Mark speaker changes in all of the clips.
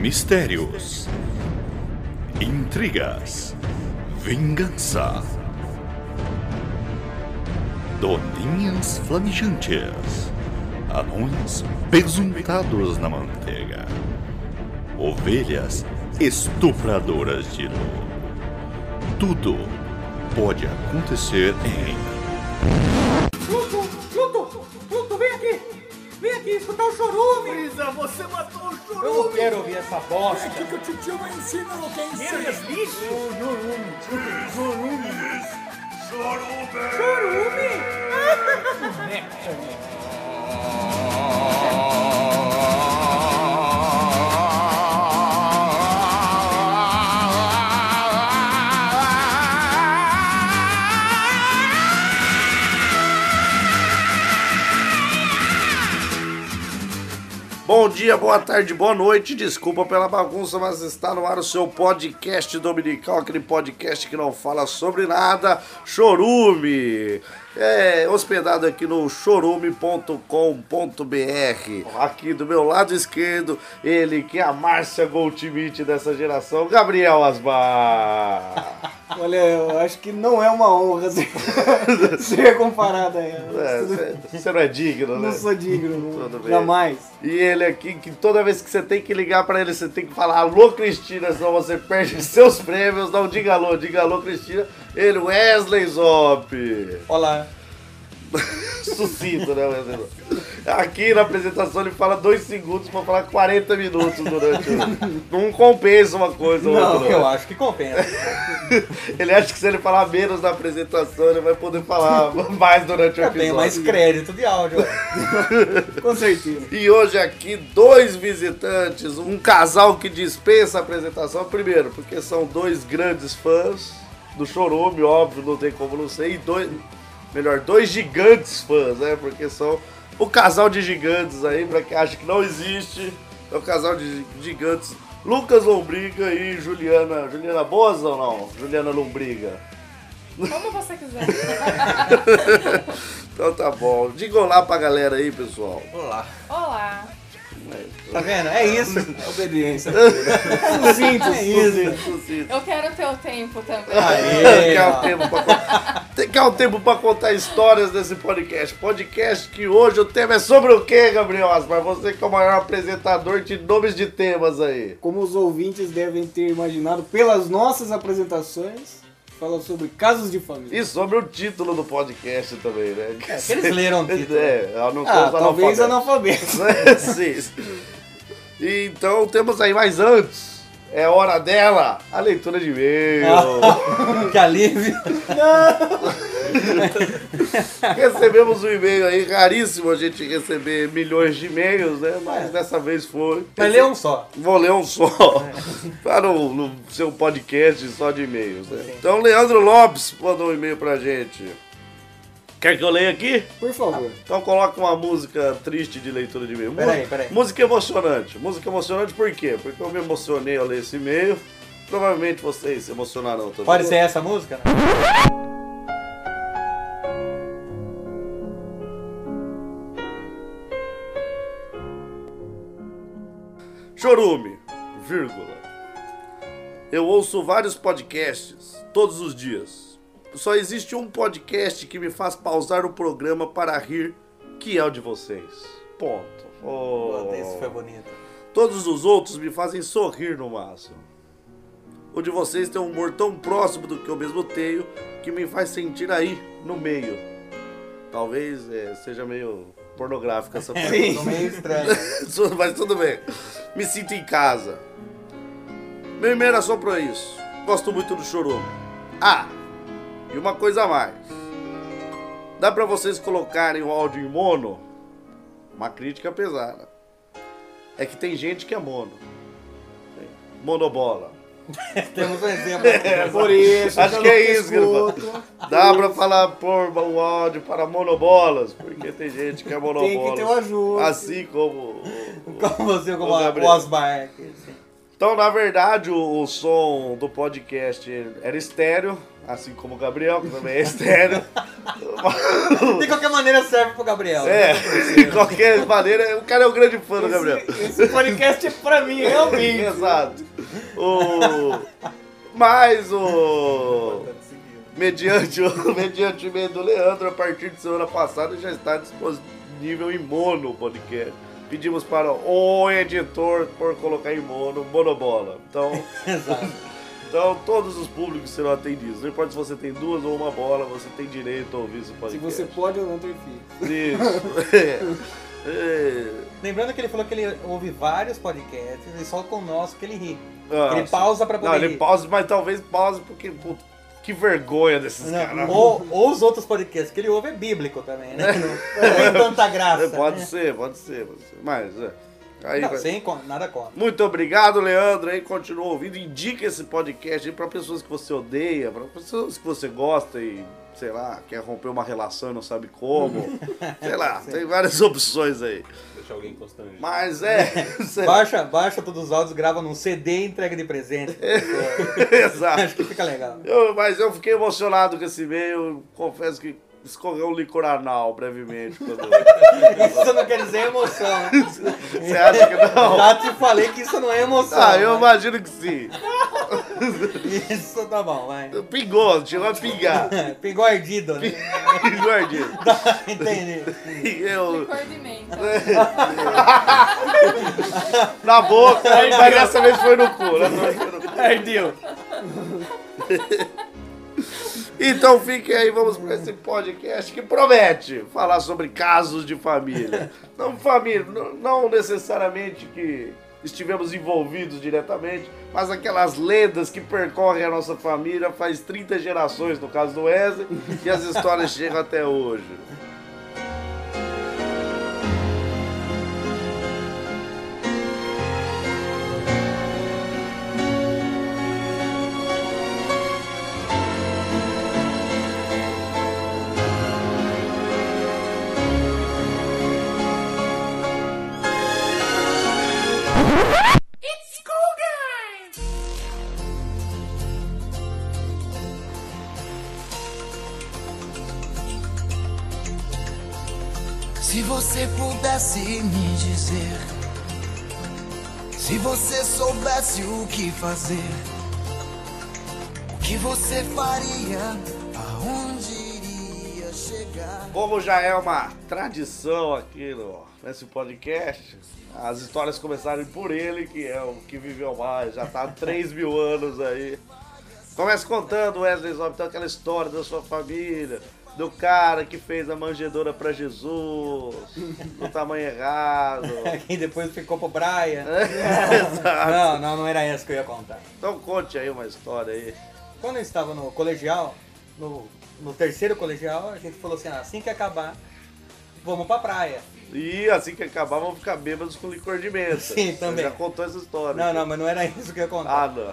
Speaker 1: Mistérios, intrigas, vingança, doninhas flamijantes, anões pesuntados na manteiga, ovelhas estupradoras de luz. Tudo pode acontecer em
Speaker 2: Pluto, Pluto, Pluto, vem aqui! Vem aqui escutar o chorume!
Speaker 3: Isa, você matou o Chorume! É
Speaker 4: Eu não quero ouvir essa bosta.
Speaker 3: que o tio vai ensinar o que é
Speaker 4: O Chorume.
Speaker 2: Chorume!
Speaker 5: Bom dia, boa tarde, boa noite. Desculpa pela bagunça, mas está no ar o seu podcast dominical, aquele podcast que não fala sobre nada, Chorume. É, hospedado aqui no chorume.com.br. Aqui do meu lado esquerdo, ele que é a Márcia Goldschmidt dessa geração, Gabriel Asbar.
Speaker 4: Olha, eu acho que não é uma honra ser, ser comparado a ela.
Speaker 5: É, você não é digno, né?
Speaker 4: Não sou digno, não.
Speaker 5: Tudo bem.
Speaker 4: jamais.
Speaker 5: E ele aqui, que toda vez que você tem que ligar pra ele, você tem que falar alô, Cristina, senão você perde seus prêmios. Não, diga alô, diga alô, Cristina. Ele, Wesley Zop.
Speaker 4: Olá.
Speaker 5: Sucinto, né, Wesley Zop? Aqui na apresentação ele fala dois segundos pra falar 40 minutos durante o... Não compensa uma coisa ou
Speaker 4: Não,
Speaker 5: outra.
Speaker 4: eu
Speaker 5: não.
Speaker 4: acho que compensa.
Speaker 5: Ele acha que se ele falar menos na apresentação, ele vai poder falar mais durante o
Speaker 4: Eu
Speaker 5: episódio.
Speaker 4: tenho mais crédito de áudio. Com certeza.
Speaker 5: E hoje aqui dois visitantes, um casal que dispensa a apresentação. Primeiro, porque são dois grandes fãs do Chorume, óbvio, não tem como não ser. E dois, melhor, dois gigantes fãs, né? Porque são o casal de gigantes aí, pra quem acha que não existe, é o casal de gigantes. Lucas Lombriga e Juliana. Juliana Boza ou não? Juliana Lombriga.
Speaker 6: Como você quiser.
Speaker 5: Então tá bom. Diga olá pra galera aí, pessoal.
Speaker 4: Olá.
Speaker 6: Olá.
Speaker 4: Tá vendo? É isso. Obediência. é isso.
Speaker 5: Sucinto.
Speaker 6: Eu quero o teu tempo também.
Speaker 4: Aê,
Speaker 5: Quer
Speaker 4: ó.
Speaker 5: um tempo pra contar- Tem- quer um tempo pra contar histórias desse podcast. Podcast que hoje o tema é sobre o que, Gabriel Asmar? Você que é o maior apresentador de nomes de temas aí.
Speaker 4: Como os ouvintes devem ter imaginado pelas nossas apresentações, fala sobre casos de família.
Speaker 5: E sobre o título do podcast também, né?
Speaker 4: É, que eles leram o título.
Speaker 5: É, eu não sou
Speaker 4: Ah,
Speaker 5: os
Speaker 4: talvez
Speaker 5: analfabetos.
Speaker 4: analfabeto.
Speaker 5: Sim. E Então temos aí, mas antes, é hora dela, a leitura de e-mail.
Speaker 4: que alívio.
Speaker 5: Recebemos um e-mail aí, raríssimo a gente receber milhões de e-mails, né? Mas dessa vez foi.
Speaker 4: Mas lê um só.
Speaker 5: Vou ler um só para o no seu podcast só de e-mails. Né? Então, Leandro Lopes mandou um e-mail pra gente. Quer que eu leia aqui?
Speaker 4: Por favor.
Speaker 5: Então coloca uma música triste de leitura de e-mail. Mu-
Speaker 4: Peraí, peraí.
Speaker 5: Música emocionante. Música emocionante por quê? Porque eu me emocionei ao ler esse e-mail. Provavelmente vocês se emocionarão também.
Speaker 4: Pode ser essa música? né?
Speaker 5: Chorume, vírgula. Eu ouço vários podcasts todos os dias. Só existe um podcast que me faz pausar o programa para rir, que é o de vocês. Ponto. Oh.
Speaker 4: Puta, Esse foi bonito.
Speaker 5: Todos os outros me fazem sorrir no máximo. O de vocês tem um humor tão próximo do que eu mesmo tenho que me faz sentir aí, no meio. Talvez eh, seja meio pornográfica essa parte.
Speaker 4: Ficou meio estranho.
Speaker 5: Tudo- Mas tudo bem. Me sinto em casa. Meu e-mail era só pra isso. Gosto muito do chorume. Ah, e uma coisa a mais. Dá pra vocês colocarem o áudio em mono? Uma crítica pesada. É que tem gente que é mono. Monobola.
Speaker 4: Temos um exemplo.
Speaker 5: É,
Speaker 4: Por
Speaker 5: isso, acho
Speaker 4: pelo
Speaker 5: que é isso,
Speaker 4: pescoço,
Speaker 5: Dá pra falar por o áudio para monobolas, porque tem gente que é monobola.
Speaker 4: Tem que ter o ajuste.
Speaker 5: Assim como o- o-
Speaker 4: Como você, como
Speaker 5: Ô,
Speaker 4: a-
Speaker 5: Gabriel.
Speaker 4: o Osmar.
Speaker 5: Então, na verdade, o, o som do podcast era estéreo, Assim como o Gabriel, que também é estéreo.
Speaker 4: De qualquer maneira serve pro Gabriel.
Speaker 5: É, de qualquer maneira, o cara é um grande fã do Gabriel.
Speaker 7: Esse, esse podcast é pra mim, realmente.
Speaker 5: Exato. O... Mas o. Mediante o, mediante o medo do Leandro, a partir de semana passada já está disponível em mono o podcast. Pedimos para o editor por colocar em mono, monobola. Então, então todos os públicos serão atendidos. Não importa se você tem duas ou uma bola, você tem direito a ouvir esse
Speaker 7: Se
Speaker 5: podcast.
Speaker 7: você pode ou não ter filho.
Speaker 5: Isso. É. É.
Speaker 4: Lembrando que ele falou que ele ouve vários podcasts e só com o nosso que ele ri.
Speaker 5: Ah,
Speaker 4: ele pausa pra poder
Speaker 5: Não, ele
Speaker 4: rir.
Speaker 5: pausa, mas talvez pausa porque. puta, que vergonha desses
Speaker 4: Não,
Speaker 5: caras.
Speaker 4: ou, ou os outros podcasts que ele ouve é bíblico também, né? Não tem tanta
Speaker 5: É,
Speaker 4: graça.
Speaker 5: pode
Speaker 4: né?
Speaker 5: ser, pode ser, pode ser. Mas, é. Aí
Speaker 4: Não,
Speaker 5: vai-
Speaker 4: sem con- nada contra.
Speaker 5: Muito obrigado, Leandro. Aí continua ouvindo. Indica esse podcast aí pra pessoas que você odeia, pra pessoas que você gosta e, sei lá, quer romper uma relação e não sabe como. sei lá, tem várias opções aí.
Speaker 8: Deixar alguém constrangido.
Speaker 5: Mas é. sei lá.
Speaker 4: Baixa, baixa todos os áudios, grava num CD e entrega de presente.
Speaker 5: Exato.
Speaker 4: Acho que fica legal.
Speaker 5: Eu- mas eu fiquei emocionado com esse e-mail. Confesso que escorreu um licor anal brevemente. Quando...
Speaker 4: Isso não quer dizer emoção. né?
Speaker 5: Você acha que não?
Speaker 4: Já te falei que isso não é emoção.
Speaker 5: Ah, eu
Speaker 4: né?
Speaker 5: imagino que sim.
Speaker 4: Isso tá bom, vai.
Speaker 5: Pingou, chegou a pingar.
Speaker 4: Pingou ardido, né?
Speaker 5: Pingou, Ardinho.
Speaker 4: Entendi.
Speaker 5: E Eu,
Speaker 6: Cor de menta.
Speaker 5: na boca, mas dessa vez foi no cu. né? Dessa vez foi no cu.
Speaker 4: Ardiu.
Speaker 5: Então fiquem aí, vamos para esse podcast que promete falar sobre casos de família. Não família, não- não necessariamente que estivemos envolvidos diretamente, mas aquelas lendas que percorrem a nossa família faz 30 gerações, no caso do Wesley, e as histórias chegam até hoje.
Speaker 9: Se você pudesse me dizer, se você soubesse o que fazer, o que você faria, aonde iria chegar?
Speaker 5: Como já é uma tradição aqui no, nesse podcast, as histórias começaram por ele, que é o que viveu mais, já tá há 3 mil anos aí. Começa contando, Wesley Zop, então, aquela história da sua família, do cara que fez a manjedoura pra Jesus, do tamanho errado.
Speaker 4: E depois ficou pro Brian.
Speaker 5: É, Exato.
Speaker 4: Não, não, não era essa que eu ia contar.
Speaker 5: Então conte aí uma história aí.
Speaker 4: Quando eu estava no colegial, no, no terceiro colegial, a gente falou assim, "Ah, assim que acabar, vamos pra praia.
Speaker 5: E assim que acabar, vamos ficar bêbados com licor de menta.
Speaker 4: Sim, também.
Speaker 5: Você já contou essa história.
Speaker 4: Não, não, mas não era isso que eu ia contar.
Speaker 5: Ah, não.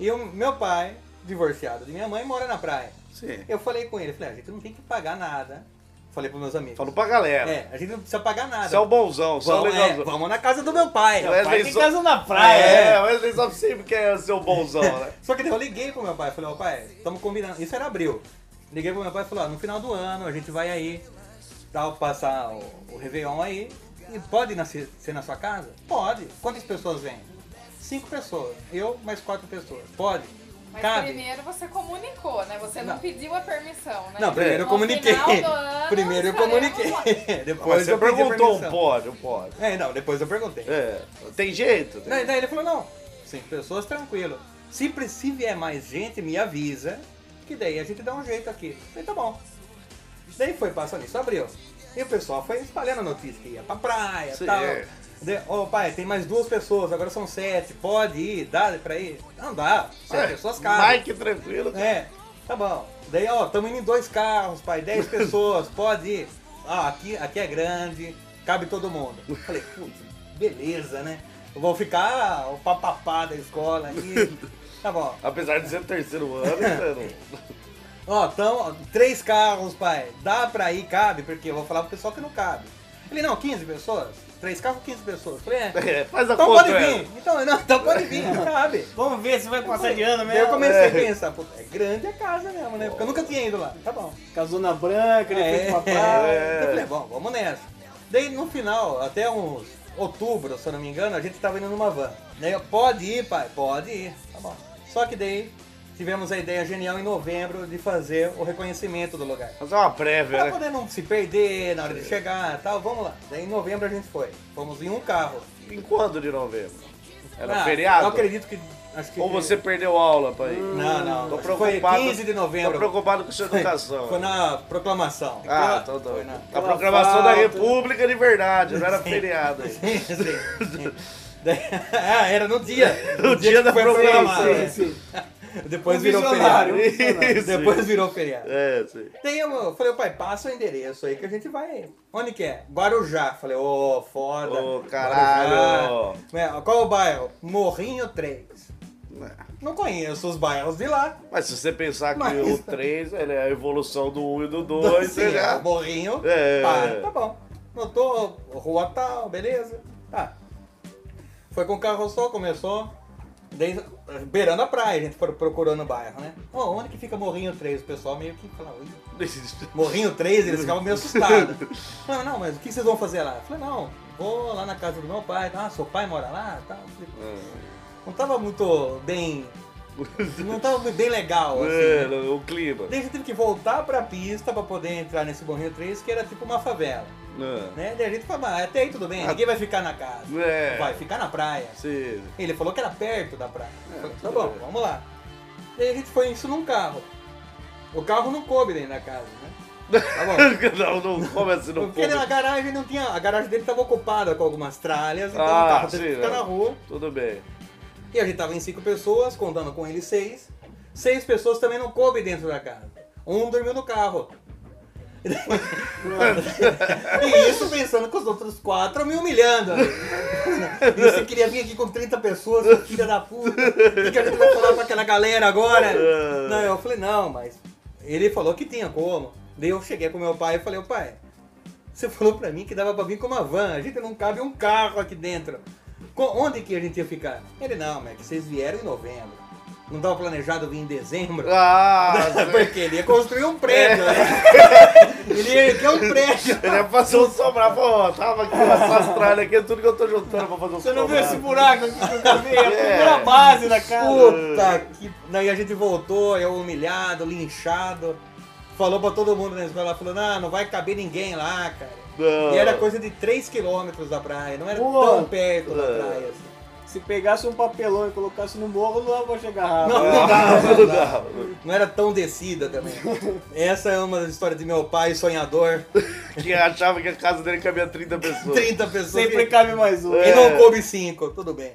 Speaker 4: E o meu pai, divorciado de minha mãe, mora na praia.
Speaker 5: Sim.
Speaker 4: Eu falei com ele, falei, "Ah, a gente não tem que pagar nada. Falei pros meus amigos.
Speaker 5: Falou pra galera.
Speaker 4: É, a gente não precisa pagar nada.
Speaker 5: Você é o bonzão, você é o É,
Speaker 4: vamos, é,
Speaker 5: legalzão.
Speaker 4: vamos na casa do meu pai. Meu pai
Speaker 5: Wesley
Speaker 4: tem
Speaker 5: Zo-
Speaker 4: casa na praia. né?
Speaker 5: É, é, Wesley Zop sempre quer ser o bonzão, né?
Speaker 4: Só que daí eu liguei pro meu pai, falei, ó pai, estamos combinando. Isso era abril. Liguei pro meu pai e falei, ó, no final do ano a gente vai aí, tal, passar o, o Réveillon aí. E pode na- ser na sua casa? Pode. Quantas pessoas vêm? Cinco pessoas. Eu mais quatro pessoas. Pode.
Speaker 6: Mas
Speaker 4: Cabe.
Speaker 6: primeiro você comunicou, né? Você não,
Speaker 4: Não.
Speaker 6: pediu a permissão, né?
Speaker 4: Não, primeiro eu
Speaker 6: No
Speaker 4: comuniquei.
Speaker 6: final do ano,
Speaker 4: Primeiro eu
Speaker 6: estaremos
Speaker 4: comuniquei.
Speaker 6: lá.
Speaker 4: Depois
Speaker 5: Mas você
Speaker 4: eu pedi a
Speaker 5: perguntou um
Speaker 4: permissão.
Speaker 5: pode, um pode.
Speaker 4: É, não, depois eu perguntei.
Speaker 5: É, tem jeito? Tem
Speaker 4: Daí,
Speaker 5: jeito.
Speaker 4: daí ele falou, não, cinco pessoas, tranquilo. Se, pre- se vier mais gente, me avisa, que daí a gente dá um jeito aqui. Eu Falei, tá bom. Daí foi passando isso, abriu. E o pessoal foi espalhando a notícia que ia pra praia e
Speaker 5: Sim,
Speaker 4: tal.
Speaker 5: é.
Speaker 4: De- Ô pai, tem mais duas pessoas, agora são sete, pode ir, dá pra ir? Não dá, sete
Speaker 5: É,
Speaker 4: pessoas cabem.
Speaker 5: Mike tranquilo.
Speaker 4: É, tá bom. Daí, ó, estamos indo em dois carros, pai, dez pessoas, pode ir. Ah, aqui, aqui é grande, cabe todo mundo. Eu Falei, putz, beleza, né? Eu vou ficar o papapá da escola aqui. Tá bom.
Speaker 5: Apesar de ser terceiro ano, você não-
Speaker 4: Ó, tão, ó, três carros, pai. Dá pra ir, cabe? Porque eu vou falar pro pessoal que não cabe. Ele, não, 15 pessoas? Três carros, 15 pessoas. Eu Falei, é.
Speaker 5: É, faz a
Speaker 4: Então
Speaker 5: conta.
Speaker 4: pode
Speaker 5: velho.
Speaker 4: vir. Então, não, então pode vir, cabe.
Speaker 7: Vamos ver se vai passar de ano
Speaker 4: Daí eu
Speaker 7: mesmo.
Speaker 4: comecei a pensar, pô, é grande a casa mesmo, né? Porque eu nunca tinha ido lá. Tá bom.
Speaker 7: Casona branca, de frente pra praia.
Speaker 5: É.
Speaker 4: Eu falei, bom, vamos nessa. Daí no final, até uns outubro, se eu não me engano, a gente tava indo numa van. Daí eu, pode ir, pai, pode ir. Tá bom. Só que daí tivemos a ideia genial em novembro de fazer o reconhecimento do lugar.
Speaker 5: Fazer uma prévia,
Speaker 4: Pra
Speaker 5: né?
Speaker 4: poder não se perder na hora de chegar e tal, vamos lá. Daí em novembro a gente foi. Fomos em um carro.
Speaker 5: Em quando de novembro? Era
Speaker 4: Ah,
Speaker 5: feriado?
Speaker 4: Eu acredito que. Acho que é.
Speaker 5: Ou você perdeu aula pra ir?
Speaker 4: Não, não.
Speaker 5: Tô
Speaker 4: acho que foi
Speaker 5: preocupado.
Speaker 4: 15 de novembro.
Speaker 5: Tô preocupado com sua educação.
Speaker 4: Foi na proclamação.
Speaker 5: Ah, tô
Speaker 4: Foi
Speaker 5: doido.
Speaker 4: na-
Speaker 5: A proclamação da
Speaker 7: falta.
Speaker 5: República de verdade, não era feriado aí.
Speaker 4: Sim, sim. Daí- ah, era no dia.
Speaker 5: No dia
Speaker 4: que
Speaker 5: da
Speaker 4: foi
Speaker 5: programação.
Speaker 4: programado, é.
Speaker 7: Sim, sim.
Speaker 4: Depois
Speaker 7: O
Speaker 4: virou
Speaker 7: visionário.
Speaker 4: feriado. Depois virou feriado.
Speaker 5: É, sim.
Speaker 4: Daí eu falei, pai, passa o endereço aí que a gente vai. Onde que é? Guarujá. Falei, ô, foda.
Speaker 5: Ô, caralho.
Speaker 4: Guarujá. É, Qual o bairro? Morrinho 3.
Speaker 5: É.
Speaker 4: Não conheço os bairros de lá.
Speaker 5: Mas se você pensar que
Speaker 4: Mas- tá.
Speaker 5: o 3 ele é a evolução do 1 e do 2,
Speaker 4: Sim,
Speaker 5: você
Speaker 4: é, o
Speaker 5: já...
Speaker 4: Morrinho.
Speaker 5: né? É.
Speaker 4: Pá, tá bom. Notou, rua tal, beleza. Tá. Foi com o carro só, começou. Daí, beirando a praia, a gente foi procurando o bairro, né? Ó, onde que fica Morrinho 3? O pessoal meio que falava, "Ih, Morrinho 3, eles ficavam meio assustados. Falei, não, mas o que vocês vão fazer lá? Eu falei, não, vou lá na casa do meu pai. Ah, seu pai mora lá? Tá. Eu falei, Não tava muito bem. Não tava muito bem legal,
Speaker 5: É.
Speaker 4: assim. né?
Speaker 5: Mano, o clima.
Speaker 4: Daí a gente teve que voltar pra pista pra poder entrar nesse Morrinho 3, que era tipo uma favela.
Speaker 5: Não.
Speaker 4: Né? Daí a gente falou, "Ah, até aí tudo bem, ninguém vai ficar na casa.
Speaker 5: É.
Speaker 4: Vai ficar na praia.
Speaker 5: Sim.
Speaker 4: Ele falou que era perto da praia. Eu falei, tá
Speaker 5: É, tudo
Speaker 4: bom,
Speaker 5: bem.
Speaker 4: vamos lá. Daí a gente foi isso num carro. O carro não coube dentro da casa, né? Tá bom.
Speaker 5: Não, não começa no
Speaker 4: Porque ele na
Speaker 5: público.
Speaker 4: garagem não tinha. A garagem dele tava ocupada com algumas tralhas, então
Speaker 5: Ah,
Speaker 4: o carro teve
Speaker 5: sim,
Speaker 4: que ficar
Speaker 5: né?
Speaker 4: na rua.
Speaker 5: Tudo bem.
Speaker 4: E a gente tava em cinco pessoas, contando com ele seis. Seis pessoas também não coube dentro da casa. Um dormiu no carro. e isso pensando que os outros quatro me humilhando. E você queria vir aqui com 30 pessoas, seu filho da puta. O que a gente vai falar pra aquela galera agora? Não, eu falei, não, mas ele falou que tinha como. Daí eu cheguei com meu pai e falei, ô pai, você falou pra mim que dava pra vir com uma van, a gente não cabe um carro aqui dentro. Co- Onde que a gente ia ficar? Ele, não, mas que vocês vieram em novembro. Não tava planejado vir em dezembro.
Speaker 5: Ah, sim.
Speaker 4: Porque ele ia construir um prédio, né? Ele ia quer um prédio.
Speaker 5: Ele ia fazer um sobrar. Pô, tava aqui essas tralhas aqui, é tudo que eu tô juntando pra fazer um
Speaker 7: Você não viu
Speaker 5: sobrado.
Speaker 7: esse buraco aqui que eu cavei? É a
Speaker 5: É.
Speaker 7: primeira base da casa.
Speaker 4: Puta que. Daí a gente voltou, eu humilhado, linchado. Falou pra todo mundo na escola, falou, não, não vai caber ninguém lá, cara.
Speaker 5: Não.
Speaker 4: E era coisa de 3km da praia, não era
Speaker 7: Pô.
Speaker 4: tão perto da
Speaker 5: É.
Speaker 4: praia assim.
Speaker 7: Se pegasse um papelão e colocasse no morro, não ia chegar rápido.
Speaker 4: Não, não dava,
Speaker 5: Não,
Speaker 4: não dava.
Speaker 5: não.
Speaker 4: Não era tão descida também. Essa é uma das histórias de meu pai sonhador.
Speaker 5: Que achava que a casa dele cabia 30 pessoas.
Speaker 4: 30 pessoas.
Speaker 7: Sempre
Speaker 4: que-
Speaker 7: cabe mais um.
Speaker 4: E não coube 5, tudo bem.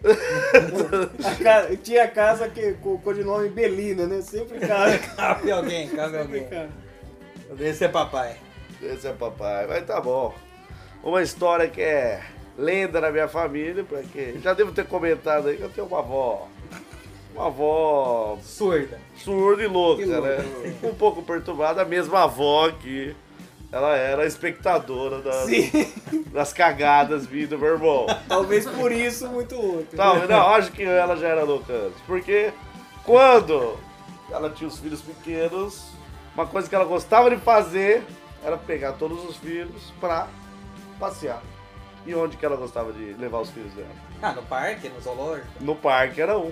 Speaker 7: A ca- Tinha casa que, com o codinome Belina, né? Sempre cabe.
Speaker 4: Cabe alguém, cabe alguém.
Speaker 7: Sempre cabe.
Speaker 4: Esse é papai.
Speaker 5: Esse é papai. Mas tá bom. Uma história que é lenda na minha família, pra quem. Já devo ter comentado aí que eu tenho uma avó. Uma avó
Speaker 4: Surda.
Speaker 5: surda e louca,
Speaker 7: E louca,
Speaker 5: né? Um pouco perturbada, a mesma avó que ela era espectadora das,
Speaker 7: Sim.
Speaker 5: das cagadas vindo do meu irmão.
Speaker 7: Talvez por isso, muito outro.
Speaker 5: Não, não, acho que ela já era louca antes. Porque quando ela tinha os filhos pequenos, uma coisa que ela gostava de fazer era pegar todos os filhos pra passear. E onde que ela gostava de levar os filhos dela?
Speaker 4: Ah, no parque, no zoológico.
Speaker 5: No parque era um.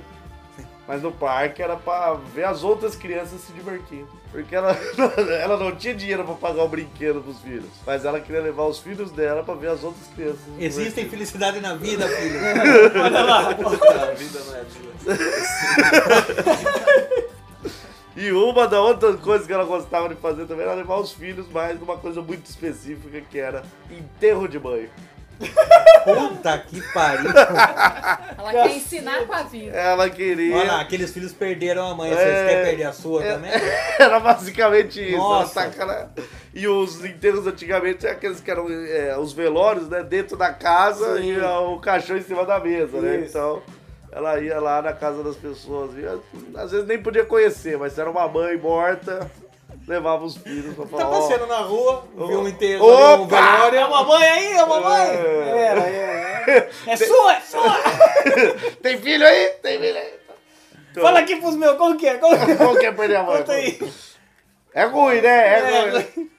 Speaker 5: Mas no parque era pra ver as outras crianças se divertindo. Porque ela, ela não tinha dinheiro pra pagar o brinquedo pros filhos. Mas ela queria levar os filhos dela pra ver as outras crianças. se
Speaker 4: Existem
Speaker 5: divertindo.
Speaker 4: felicidade na vida, filho. Olha lá. A vida não é vida.
Speaker 5: E uma da outra coisa que ela gostava de fazer também era levar os filhos, mas numa coisa muito específica que era enterro de banho.
Speaker 4: Puta que pariu.
Speaker 6: Ela quer ensinar com a vida.
Speaker 5: Ela queria.
Speaker 4: Olha lá, aqueles filhos perderam a mãe. Vocês
Speaker 5: É.
Speaker 4: querem perder a sua também? Tá
Speaker 5: Era basicamente isso.
Speaker 4: Nossa.
Speaker 5: Ela taca na- E os enterros antigamente eram aqueles que eram é, os velórios, né? Dentro da casa
Speaker 7: Sim.
Speaker 5: e a- o caixão em cima da mesa, né?
Speaker 7: Isso.
Speaker 5: Então ela ia lá na casa das pessoas. E, às vezes nem podia conhecer, mas se era uma mãe morta. levava os filhos pra falar.
Speaker 4: Tá
Speaker 5: ó,
Speaker 4: passeando na rua, viu um enterro,
Speaker 5: Opa!
Speaker 4: um velório.
Speaker 7: É uma mãe aí? É uma mãe?
Speaker 5: É.
Speaker 7: Era, é, é. É sua, é sua!
Speaker 5: Tem filho aí? Tem filho aí. Então,
Speaker 7: Fala aqui pros meus, como que é? Como que é?
Speaker 5: Como que é perder a mãe?
Speaker 7: Conta aí.
Speaker 5: É ruim, né? É, ruim.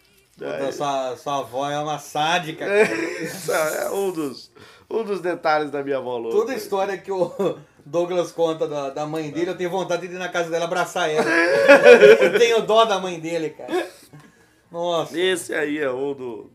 Speaker 7: É,
Speaker 4: Puta, sua, sua avó é uma sádica. cara.
Speaker 5: Isso é um dos, um dos detalhes da minha avó louca.
Speaker 4: Toda a história que o Douglas conta da, da mãe dele, eu tenho vontade de ir na casa dela abraçar ela. eu tenho dó da mãe dele, cara. Nossa.
Speaker 5: Esse aí é um do,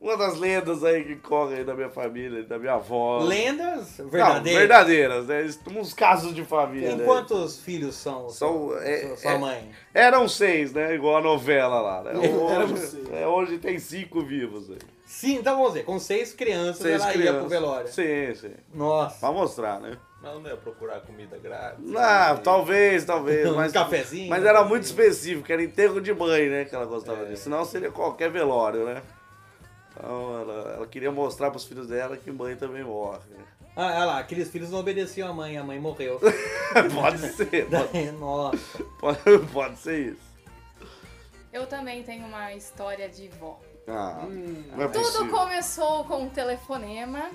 Speaker 5: uma das lendas aí que correm aí da minha família, da minha avó.
Speaker 4: Lendas
Speaker 5: Não,
Speaker 4: verdadeiras.
Speaker 5: verdadeiras, né? Isso- Uns casos de família.
Speaker 4: Tem
Speaker 5: né?
Speaker 4: quantos filhos são,
Speaker 5: São,
Speaker 4: sua,
Speaker 5: é,
Speaker 4: sua
Speaker 5: é-
Speaker 4: mãe?
Speaker 5: Eram seis, né? Igual a novela lá, né?
Speaker 7: Eram
Speaker 5: Hoje,
Speaker 7: seis.
Speaker 5: é, hoje tem cinco vivos aí.
Speaker 4: Sim, então vamos ver. Com seis crianças
Speaker 5: Seis
Speaker 4: ela ia
Speaker 5: crianças.
Speaker 4: pro velório.
Speaker 5: Sim, sim.
Speaker 4: Nossa.
Speaker 5: Pra mostrar, né?
Speaker 10: Mas não é procurar comida grátis.
Speaker 5: Ah, talvez, talvez.
Speaker 4: né? Um
Speaker 5: mas,
Speaker 4: cafezinho,
Speaker 5: Mas
Speaker 4: um
Speaker 5: era
Speaker 4: cafezinho.
Speaker 5: muito específico, era enterro de mãe, né? Que ela gostava disso. Senão seria qualquer velório, né? Então ela, ela queria mostrar pros filhos dela que mãe também morre. né?
Speaker 4: Ah, olha lá, aqueles filhos não obedeciam a mãe, a mãe morreu.
Speaker 5: pode ser, pode,
Speaker 4: Daí, Nossa.
Speaker 5: pode, pode ser isso.
Speaker 6: Eu também tenho uma história de vó.
Speaker 5: Ah, não é
Speaker 6: Tudo
Speaker 5: possível.
Speaker 6: começou com um telefonema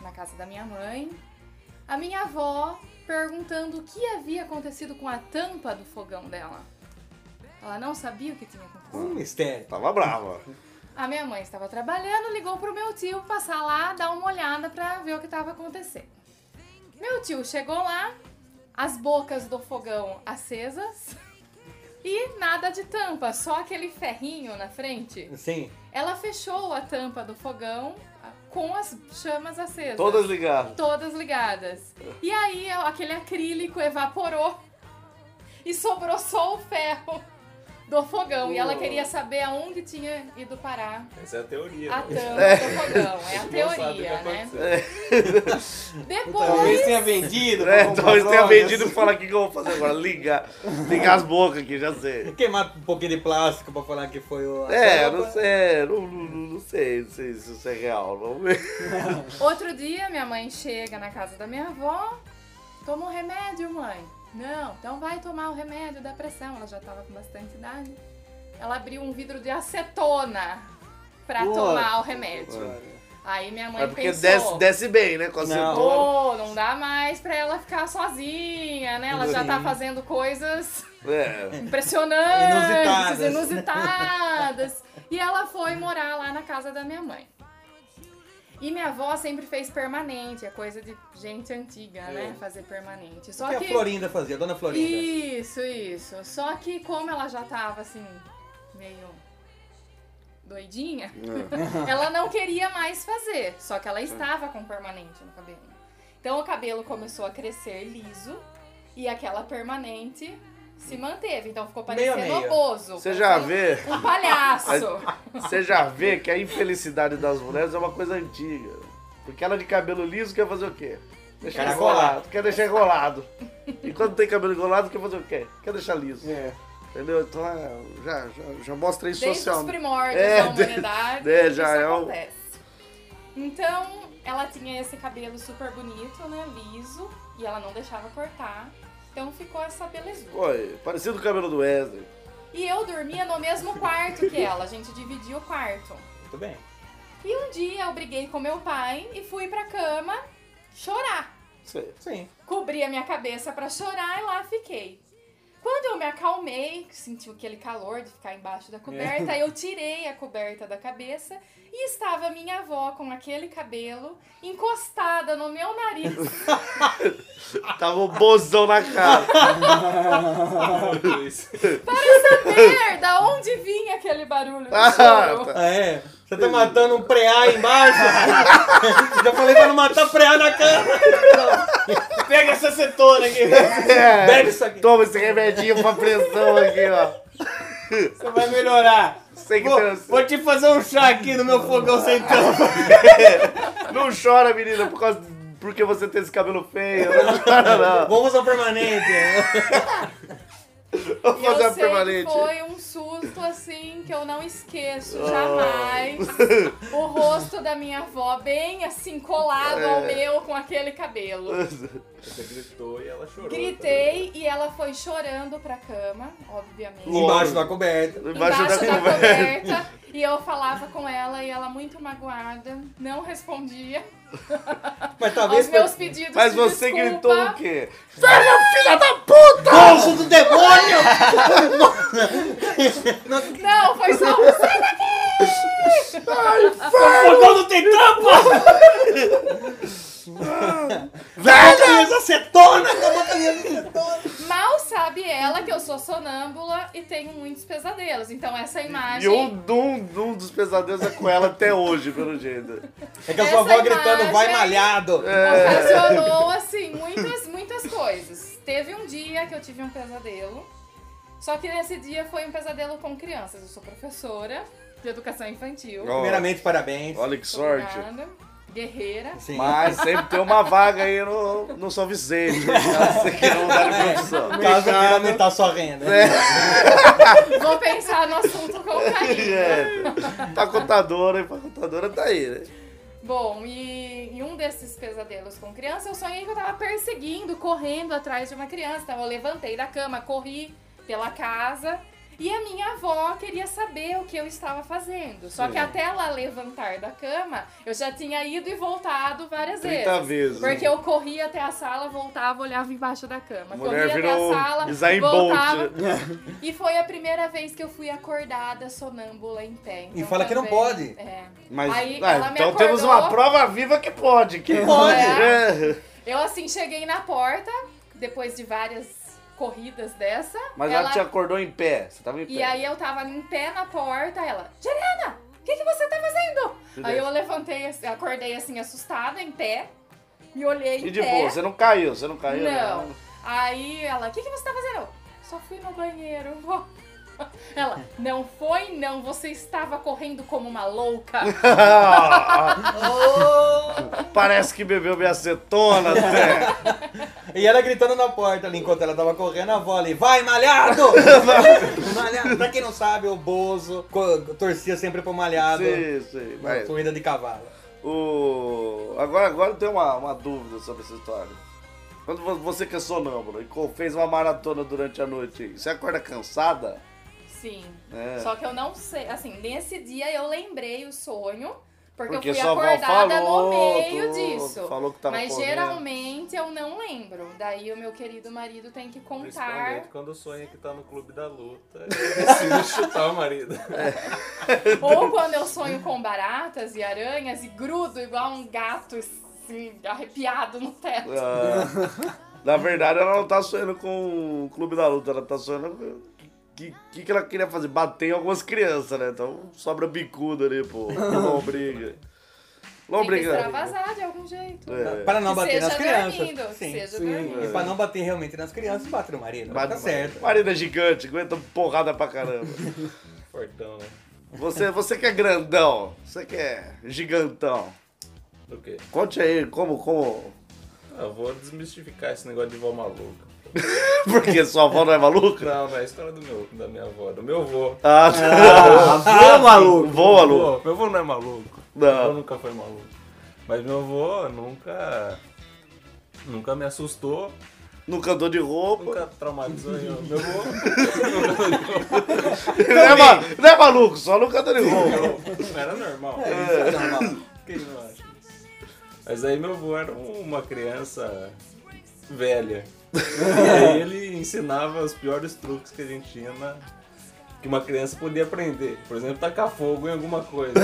Speaker 6: na casa da minha mãe. A minha avó perguntando o que havia acontecido com a tampa do fogão dela. Ela não sabia o que tinha acontecido.
Speaker 4: Um mistério.
Speaker 5: Tava brava.
Speaker 6: A minha mãe estava trabalhando, ligou pro meu tio passar lá, dar uma olhada pra ver o que estava acontecendo. Meu tio chegou lá, as bocas do fogão acesas e nada de tampa, só aquele ferrinho na frente.
Speaker 4: Sim.
Speaker 6: Ela fechou a tampa do fogão ah, com as chamas acesas.
Speaker 5: Todas ligadas.
Speaker 6: Tá Todas ligadas. E aí ó, aquele acrílico evaporou e sobrou só o ferro do fogão. E ela queria saber aonde tinha ido parar
Speaker 10: Essa é a teoria.
Speaker 6: a
Speaker 10: né?
Speaker 6: tampa do fogão. É a
Speaker 10: Não sabe o que
Speaker 6: teoria, né?
Speaker 10: aconteceu.
Speaker 7: Talvez
Speaker 4: Então,
Speaker 6: Depois.
Speaker 7: tenha vendido. pra
Speaker 5: É,
Speaker 7: comprar
Speaker 5: então eles tenham
Speaker 7: drogas.
Speaker 5: vendido e fala o que que eu vou fazer agora. Ligar. Ligar as bocas aqui, já sei.
Speaker 4: Queimar um pouquinho de plástico pra falar que foi o. a
Speaker 5: É,
Speaker 4: tampa.
Speaker 5: não sei, não, não- não- não sei, não sei se isso é real. Vamos ver.
Speaker 6: Outro dia, minha mãe chega na casa da minha avó. Toma um remédio, mãe. Não, então vai tomar o remédio da pressão. Ela já tava com bastante idade. Ela abriu um vidro de acetona pra
Speaker 7: Pô.
Speaker 6: tomar o remédio. Aí minha mãe
Speaker 5: É porque
Speaker 6: pensou...
Speaker 5: desce, desce bem, né? Com a
Speaker 4: Não.
Speaker 5: cenoura.
Speaker 6: Pô, não dá mais pra ela ficar sozinha, né? Ela já
Speaker 5: Uhum.
Speaker 6: tá fazendo coisas
Speaker 5: É.
Speaker 6: impressionantes,
Speaker 4: Inusitadas.
Speaker 6: inusitadas. E ela foi morar lá na casa da minha mãe. E minha avó sempre fez permanente, é coisa de gente antiga, né? Fazer permanente.
Speaker 4: O
Speaker 6: Só
Speaker 4: que
Speaker 6: que.
Speaker 4: É. a Florinda fazia, a dona Florinda.
Speaker 6: Isso, isso. Só que como ela já tava assim, meio doidinha,
Speaker 5: É.
Speaker 6: ela não queria mais fazer. Só que ela estava com permanente no cabelo. Então o cabelo começou a crescer liso e aquela permanente se manteve. Então ficou
Speaker 4: Meio a
Speaker 6: parecendo
Speaker 4: meio.
Speaker 6: oboso.
Speaker 5: Você já
Speaker 6: parecendo
Speaker 5: vê.
Speaker 6: Um palhaço.
Speaker 5: Você já vê que a infelicidade das mulheres é uma coisa antiga. Porque ela de cabelo liso quer fazer o quê? Deixar
Speaker 4: Quer
Speaker 5: enrolado. Quer deixar enrolado. E quando tem cabelo enrolado, quer fazer o quê? Quer deixar liso.
Speaker 7: É.
Speaker 5: Entendeu? Então é, já, já, já mostra isso
Speaker 6: Desde os
Speaker 5: social.
Speaker 6: primórdios
Speaker 5: É,
Speaker 6: da
Speaker 5: de-
Speaker 6: humanidade,
Speaker 5: é,
Speaker 6: isso
Speaker 5: já é um-
Speaker 6: acontece. Então, ela tinha esse cabelo super bonito, né, liso, e ela não deixava cortar. Então ficou essa belezura.
Speaker 5: Oi, parecido com o cabelo do Wesley.
Speaker 6: E eu dormia no mesmo quarto que ela, a gente dividia o quarto.
Speaker 4: Muito bem.
Speaker 6: E um dia eu briguei com meu pai e fui pra cama chorar.
Speaker 5: Isso aí.
Speaker 4: Sim.
Speaker 6: Cobri a minha cabeça pra chorar e lá fiquei. Quando eu me acalmei, que senti aquele calor de ficar embaixo da coberta,
Speaker 5: É.
Speaker 6: eu tirei a coberta da cabeça e estava minha avó com aquele cabelo encostada no meu nariz.
Speaker 5: Tava o bozão Tá na cara.
Speaker 6: Para saber da onde vinha aquele barulho do
Speaker 5: Ah,
Speaker 6: choro.
Speaker 5: tá.
Speaker 4: Ah, é? Você tá matando um preá aí embaixo? já falei pra não matar preá na cama.
Speaker 7: Pega essa acetona aqui.
Speaker 5: É.
Speaker 4: Bebe isso aqui.
Speaker 5: Toma esse remedinho pra pressão aqui, ó.
Speaker 7: Você vai melhorar.
Speaker 5: Sei que
Speaker 7: Vou,
Speaker 5: tem- assim.
Speaker 7: vou te fazer um chá aqui no meu fogão sem tampa.
Speaker 5: Não chora, menina, por causa porque você tem esse cabelo feio. Não chora, não.
Speaker 4: Vamos ao permanente. né?
Speaker 5: Vou
Speaker 6: E
Speaker 5: fazer
Speaker 6: eu
Speaker 5: uma
Speaker 6: sei que
Speaker 5: permanente.
Speaker 6: foi um susto assim que eu não esqueço
Speaker 5: Ah.
Speaker 6: jamais. o rosto da minha avó, bem assim, colado ao
Speaker 5: É.
Speaker 6: meu com aquele cabelo.
Speaker 10: Você gritou e ela chorou. né?
Speaker 6: Gritei e ela foi chorando pra cama, obviamente.
Speaker 4: Embaixo da coberta.
Speaker 5: Embaixo,
Speaker 6: Embaixo da
Speaker 5: conversa.
Speaker 6: coberta. E eu falava com ela e ela muito magoada, não respondia
Speaker 4: Mas
Speaker 6: aos
Speaker 4: talvez.
Speaker 6: meus pedidos
Speaker 5: Mas
Speaker 6: de
Speaker 5: você
Speaker 6: desculpa.
Speaker 5: gritou o quê?
Speaker 7: Bolso do demônio!
Speaker 6: Não, foi só um "Sai daqui!"
Speaker 7: Fogão não tem tampa! Velha! Mas acetona! Acabou com a minha vida!
Speaker 6: Mal sabe ela que eu sou sonâmbula e tenho muitos pesadelos. Então essa imagem.
Speaker 5: E um, um, um dos pesadelos é com ela até hoje, pelo jeito.
Speaker 4: É que a sua
Speaker 6: Essa
Speaker 4: avó gritando,
Speaker 6: imagem-
Speaker 4: vai malhado.
Speaker 6: É. ocasionou, assim, muitas, muitas coisas. Teve um dia que eu tive um pesadelo. Só que nesse dia foi um pesadelo com crianças. Eu sou professora de educação infantil.
Speaker 5: Ó,
Speaker 4: Primeiramente, parabéns.
Speaker 5: Olha que
Speaker 6: Sou
Speaker 5: sorte.
Speaker 6: obrigada, Guerreira.
Speaker 4: Sim.
Speaker 5: Mas sempre tem uma vaga aí no, no São Vicente. Você quer mudar
Speaker 4: É.
Speaker 5: de profissão.
Speaker 4: Caso queira aumentar a sua renda.
Speaker 6: Vou pensar no assunto com carinho.
Speaker 5: É, tá contadora, hein? Pra contadora tá aí, né?
Speaker 6: Bom, e em um desses pesadelos com criança, eu sonhei que eu tava perseguindo, correndo atrás de uma criança. Então eu levantei da cama, corri pela casa. E a minha avó queria saber o que eu estava fazendo. Só que até ela levantar da cama, eu já tinha ido e voltado várias
Speaker 5: 30
Speaker 6: vezes.
Speaker 5: vezes. né?
Speaker 6: Porque eu corria até a sala, voltava, olhava embaixo da cama.
Speaker 5: Mulher
Speaker 6: corria
Speaker 5: virou
Speaker 6: até a sala,
Speaker 5: Usain Bolt.
Speaker 6: voltava. E foi a primeira vez que eu fui acordada sonâmbula em pé. Então
Speaker 4: E fala que não
Speaker 6: também-
Speaker 4: pode.
Speaker 6: É.
Speaker 5: Mas,
Speaker 6: Aí
Speaker 5: ah,
Speaker 6: ela me
Speaker 5: então temos
Speaker 6: acordou.
Speaker 5: uma prova viva que pode. Que
Speaker 4: pode.
Speaker 5: É.
Speaker 6: Eu assim cheguei na porta, depois de várias corridas dessa.
Speaker 5: Mas ela...
Speaker 6: ela
Speaker 5: te acordou em pé. Você tava em pé.
Speaker 6: E aí eu tava em pé na porta, ela, Juliana, o que, que você tá fazendo? Aí eu levantei, assim, acordei assim, assustada, em pé, me olhei em
Speaker 5: E de
Speaker 6: pé.
Speaker 5: boa, você não caiu, você não caiu. né?
Speaker 6: Não. Aí ela, o que, que você tá fazendo? Eu, Só fui no banheiro, vó. Ela, não foi não, você estava correndo como uma louca.
Speaker 5: Parece que bebeu minha acetona até.
Speaker 4: E ela gritando na porta ali, enquanto ela tava correndo, a avó ali, vai malhado! malhado. Pra quem não sabe, o Bozo co- torcia sempre pro malhado
Speaker 5: Sim, sim.
Speaker 4: na
Speaker 5: Mas
Speaker 4: corrida de cavalo.
Speaker 5: o... agora, agora tem uma, uma dúvida sobre essa história. Quando vo- você que é sonâmbula e co- fez uma maratona durante a noite, você acorda cansada?
Speaker 6: Sim.
Speaker 5: É.
Speaker 6: Só que eu não sei, assim, nesse dia eu lembrei o sonho, porque,
Speaker 5: Porque
Speaker 6: eu fui
Speaker 5: sua avó
Speaker 6: acordada
Speaker 5: falou,
Speaker 6: no meio
Speaker 5: tu
Speaker 6: disso.
Speaker 5: falou que tava
Speaker 6: Mas
Speaker 5: correndo.
Speaker 6: geralmente eu não lembro. Daí o meu querido marido tem que
Speaker 10: Principalmente
Speaker 6: contar
Speaker 10: quando sonha que tá no clube da luta. Eu decido chutar o marido.
Speaker 6: ou quando eu sonho com baratas e aranhas e grudo igual um gato assim, arrepiado no
Speaker 5: É,
Speaker 6: teto.
Speaker 5: Ah, na verdade, ela não tá sonhando com o Clube da Luta, ela tá sonhando com. O que, que, que ela queria fazer? Bater em algumas crianças, né? Então sobra bicudo ali, pô. Lombriga.
Speaker 6: Tem que
Speaker 5: Lombriga.
Speaker 6: extravasar de algum jeito.
Speaker 5: É.
Speaker 4: Para não
Speaker 6: Que
Speaker 4: bater nas
Speaker 6: seja dormindo,
Speaker 4: crianças.
Speaker 6: que
Speaker 4: Sim.
Speaker 6: seja
Speaker 7: Sim.
Speaker 6: dormindo.
Speaker 4: E pra não bater realmente nas crianças, bate no marido. tá certo.
Speaker 5: Marina é gigante, aguenta porrada pra caramba.
Speaker 10: Fortão, né?
Speaker 5: Você, você que é grandão, você que é gigantão.
Speaker 10: Do quê?
Speaker 5: Conte aí como, como.
Speaker 10: Ah, eu vou desmistificar esse negócio de vó maluca.
Speaker 5: Porque sua avó não é maluca?
Speaker 10: Não, não é a história do meu, da minha avó, do meu avô.
Speaker 5: Ah, tá.
Speaker 7: Boa, maluco!
Speaker 5: Voa, Lu.
Speaker 10: Meu avô não é maluco. Meu avô
Speaker 5: Não.
Speaker 10: nunca foi maluco. Mas meu avô nunca. Nunca me assustou,
Speaker 5: Nunca andou de roupa.
Speaker 10: nunca traumatizou eu. Meu avô.
Speaker 5: Não é, ma- não é maluco, só nunca andou de roupa.
Speaker 10: Não era normal.
Speaker 4: É.
Speaker 10: Quem não acha? Mas aí meu avô era um, uma criança velha. E aí ele ensinava os piores truques que a gente tinha na- que uma criança podia aprender. Por exemplo, tacar fogo em alguma coisa.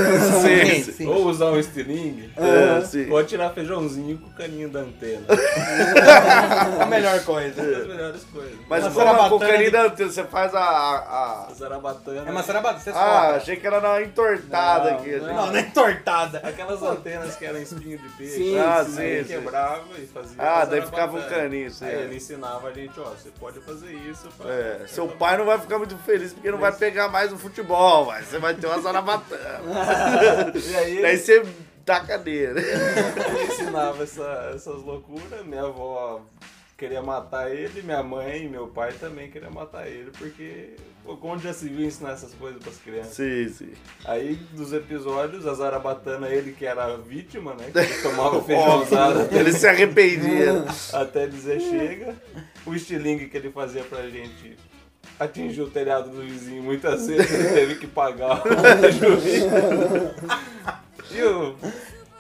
Speaker 5: Sim, sim.
Speaker 10: Ou usar um estilingue.
Speaker 5: É, sim.
Speaker 10: Ou atirar feijãozinho com o caninho da antena.
Speaker 4: É A melhor coisa.
Speaker 10: As melhores coisas.
Speaker 5: Mas
Speaker 4: Uma
Speaker 5: com a
Speaker 4: sarabatana
Speaker 5: cocaína você faz a. a, a-
Speaker 10: Zarabatana.
Speaker 4: É uma sarabada, você
Speaker 5: Ah,
Speaker 4: solta.
Speaker 5: achei que era na entortada
Speaker 10: Não,
Speaker 5: aqui.
Speaker 10: não.
Speaker 5: gente.
Speaker 4: Não, não é entortada.
Speaker 10: Aquelas antenas que eram espinho de peixe. né?
Speaker 7: Sim,
Speaker 5: Ah,
Speaker 10: Aí ele
Speaker 5: sim, sim.
Speaker 10: quebrava e fazia.
Speaker 5: Ah,
Speaker 10: uma
Speaker 5: daí
Speaker 10: zarabatana.
Speaker 5: ficava um caninho, sim.
Speaker 10: Aí ele ensinava a gente, ó, você pode fazer isso. pá.
Speaker 5: É, seu pai não vai ficar muito feliz porque não vai pegar mais o futebol, mas você vai ter uma zarabatana.
Speaker 10: E aí
Speaker 5: Daí
Speaker 10: ele
Speaker 5: você taca nele.
Speaker 10: ensinava essa- essas loucuras, minha avó queria matar ele, minha mãe e meu pai também queriam matar ele, porque o Conde já se viu ensinar essas coisas pras crianças.
Speaker 5: Sim, sim.
Speaker 10: Aí, dos episódios, a Zarabatana, ele que era a vítima, né? Que ele tomava feijãozada
Speaker 5: Ele se arrependia.
Speaker 10: até dizer chega. O estilingue que ele fazia pra gente atingiu o telhado do vizinho muitas vezes, ele teve que pagar o juiz. E o-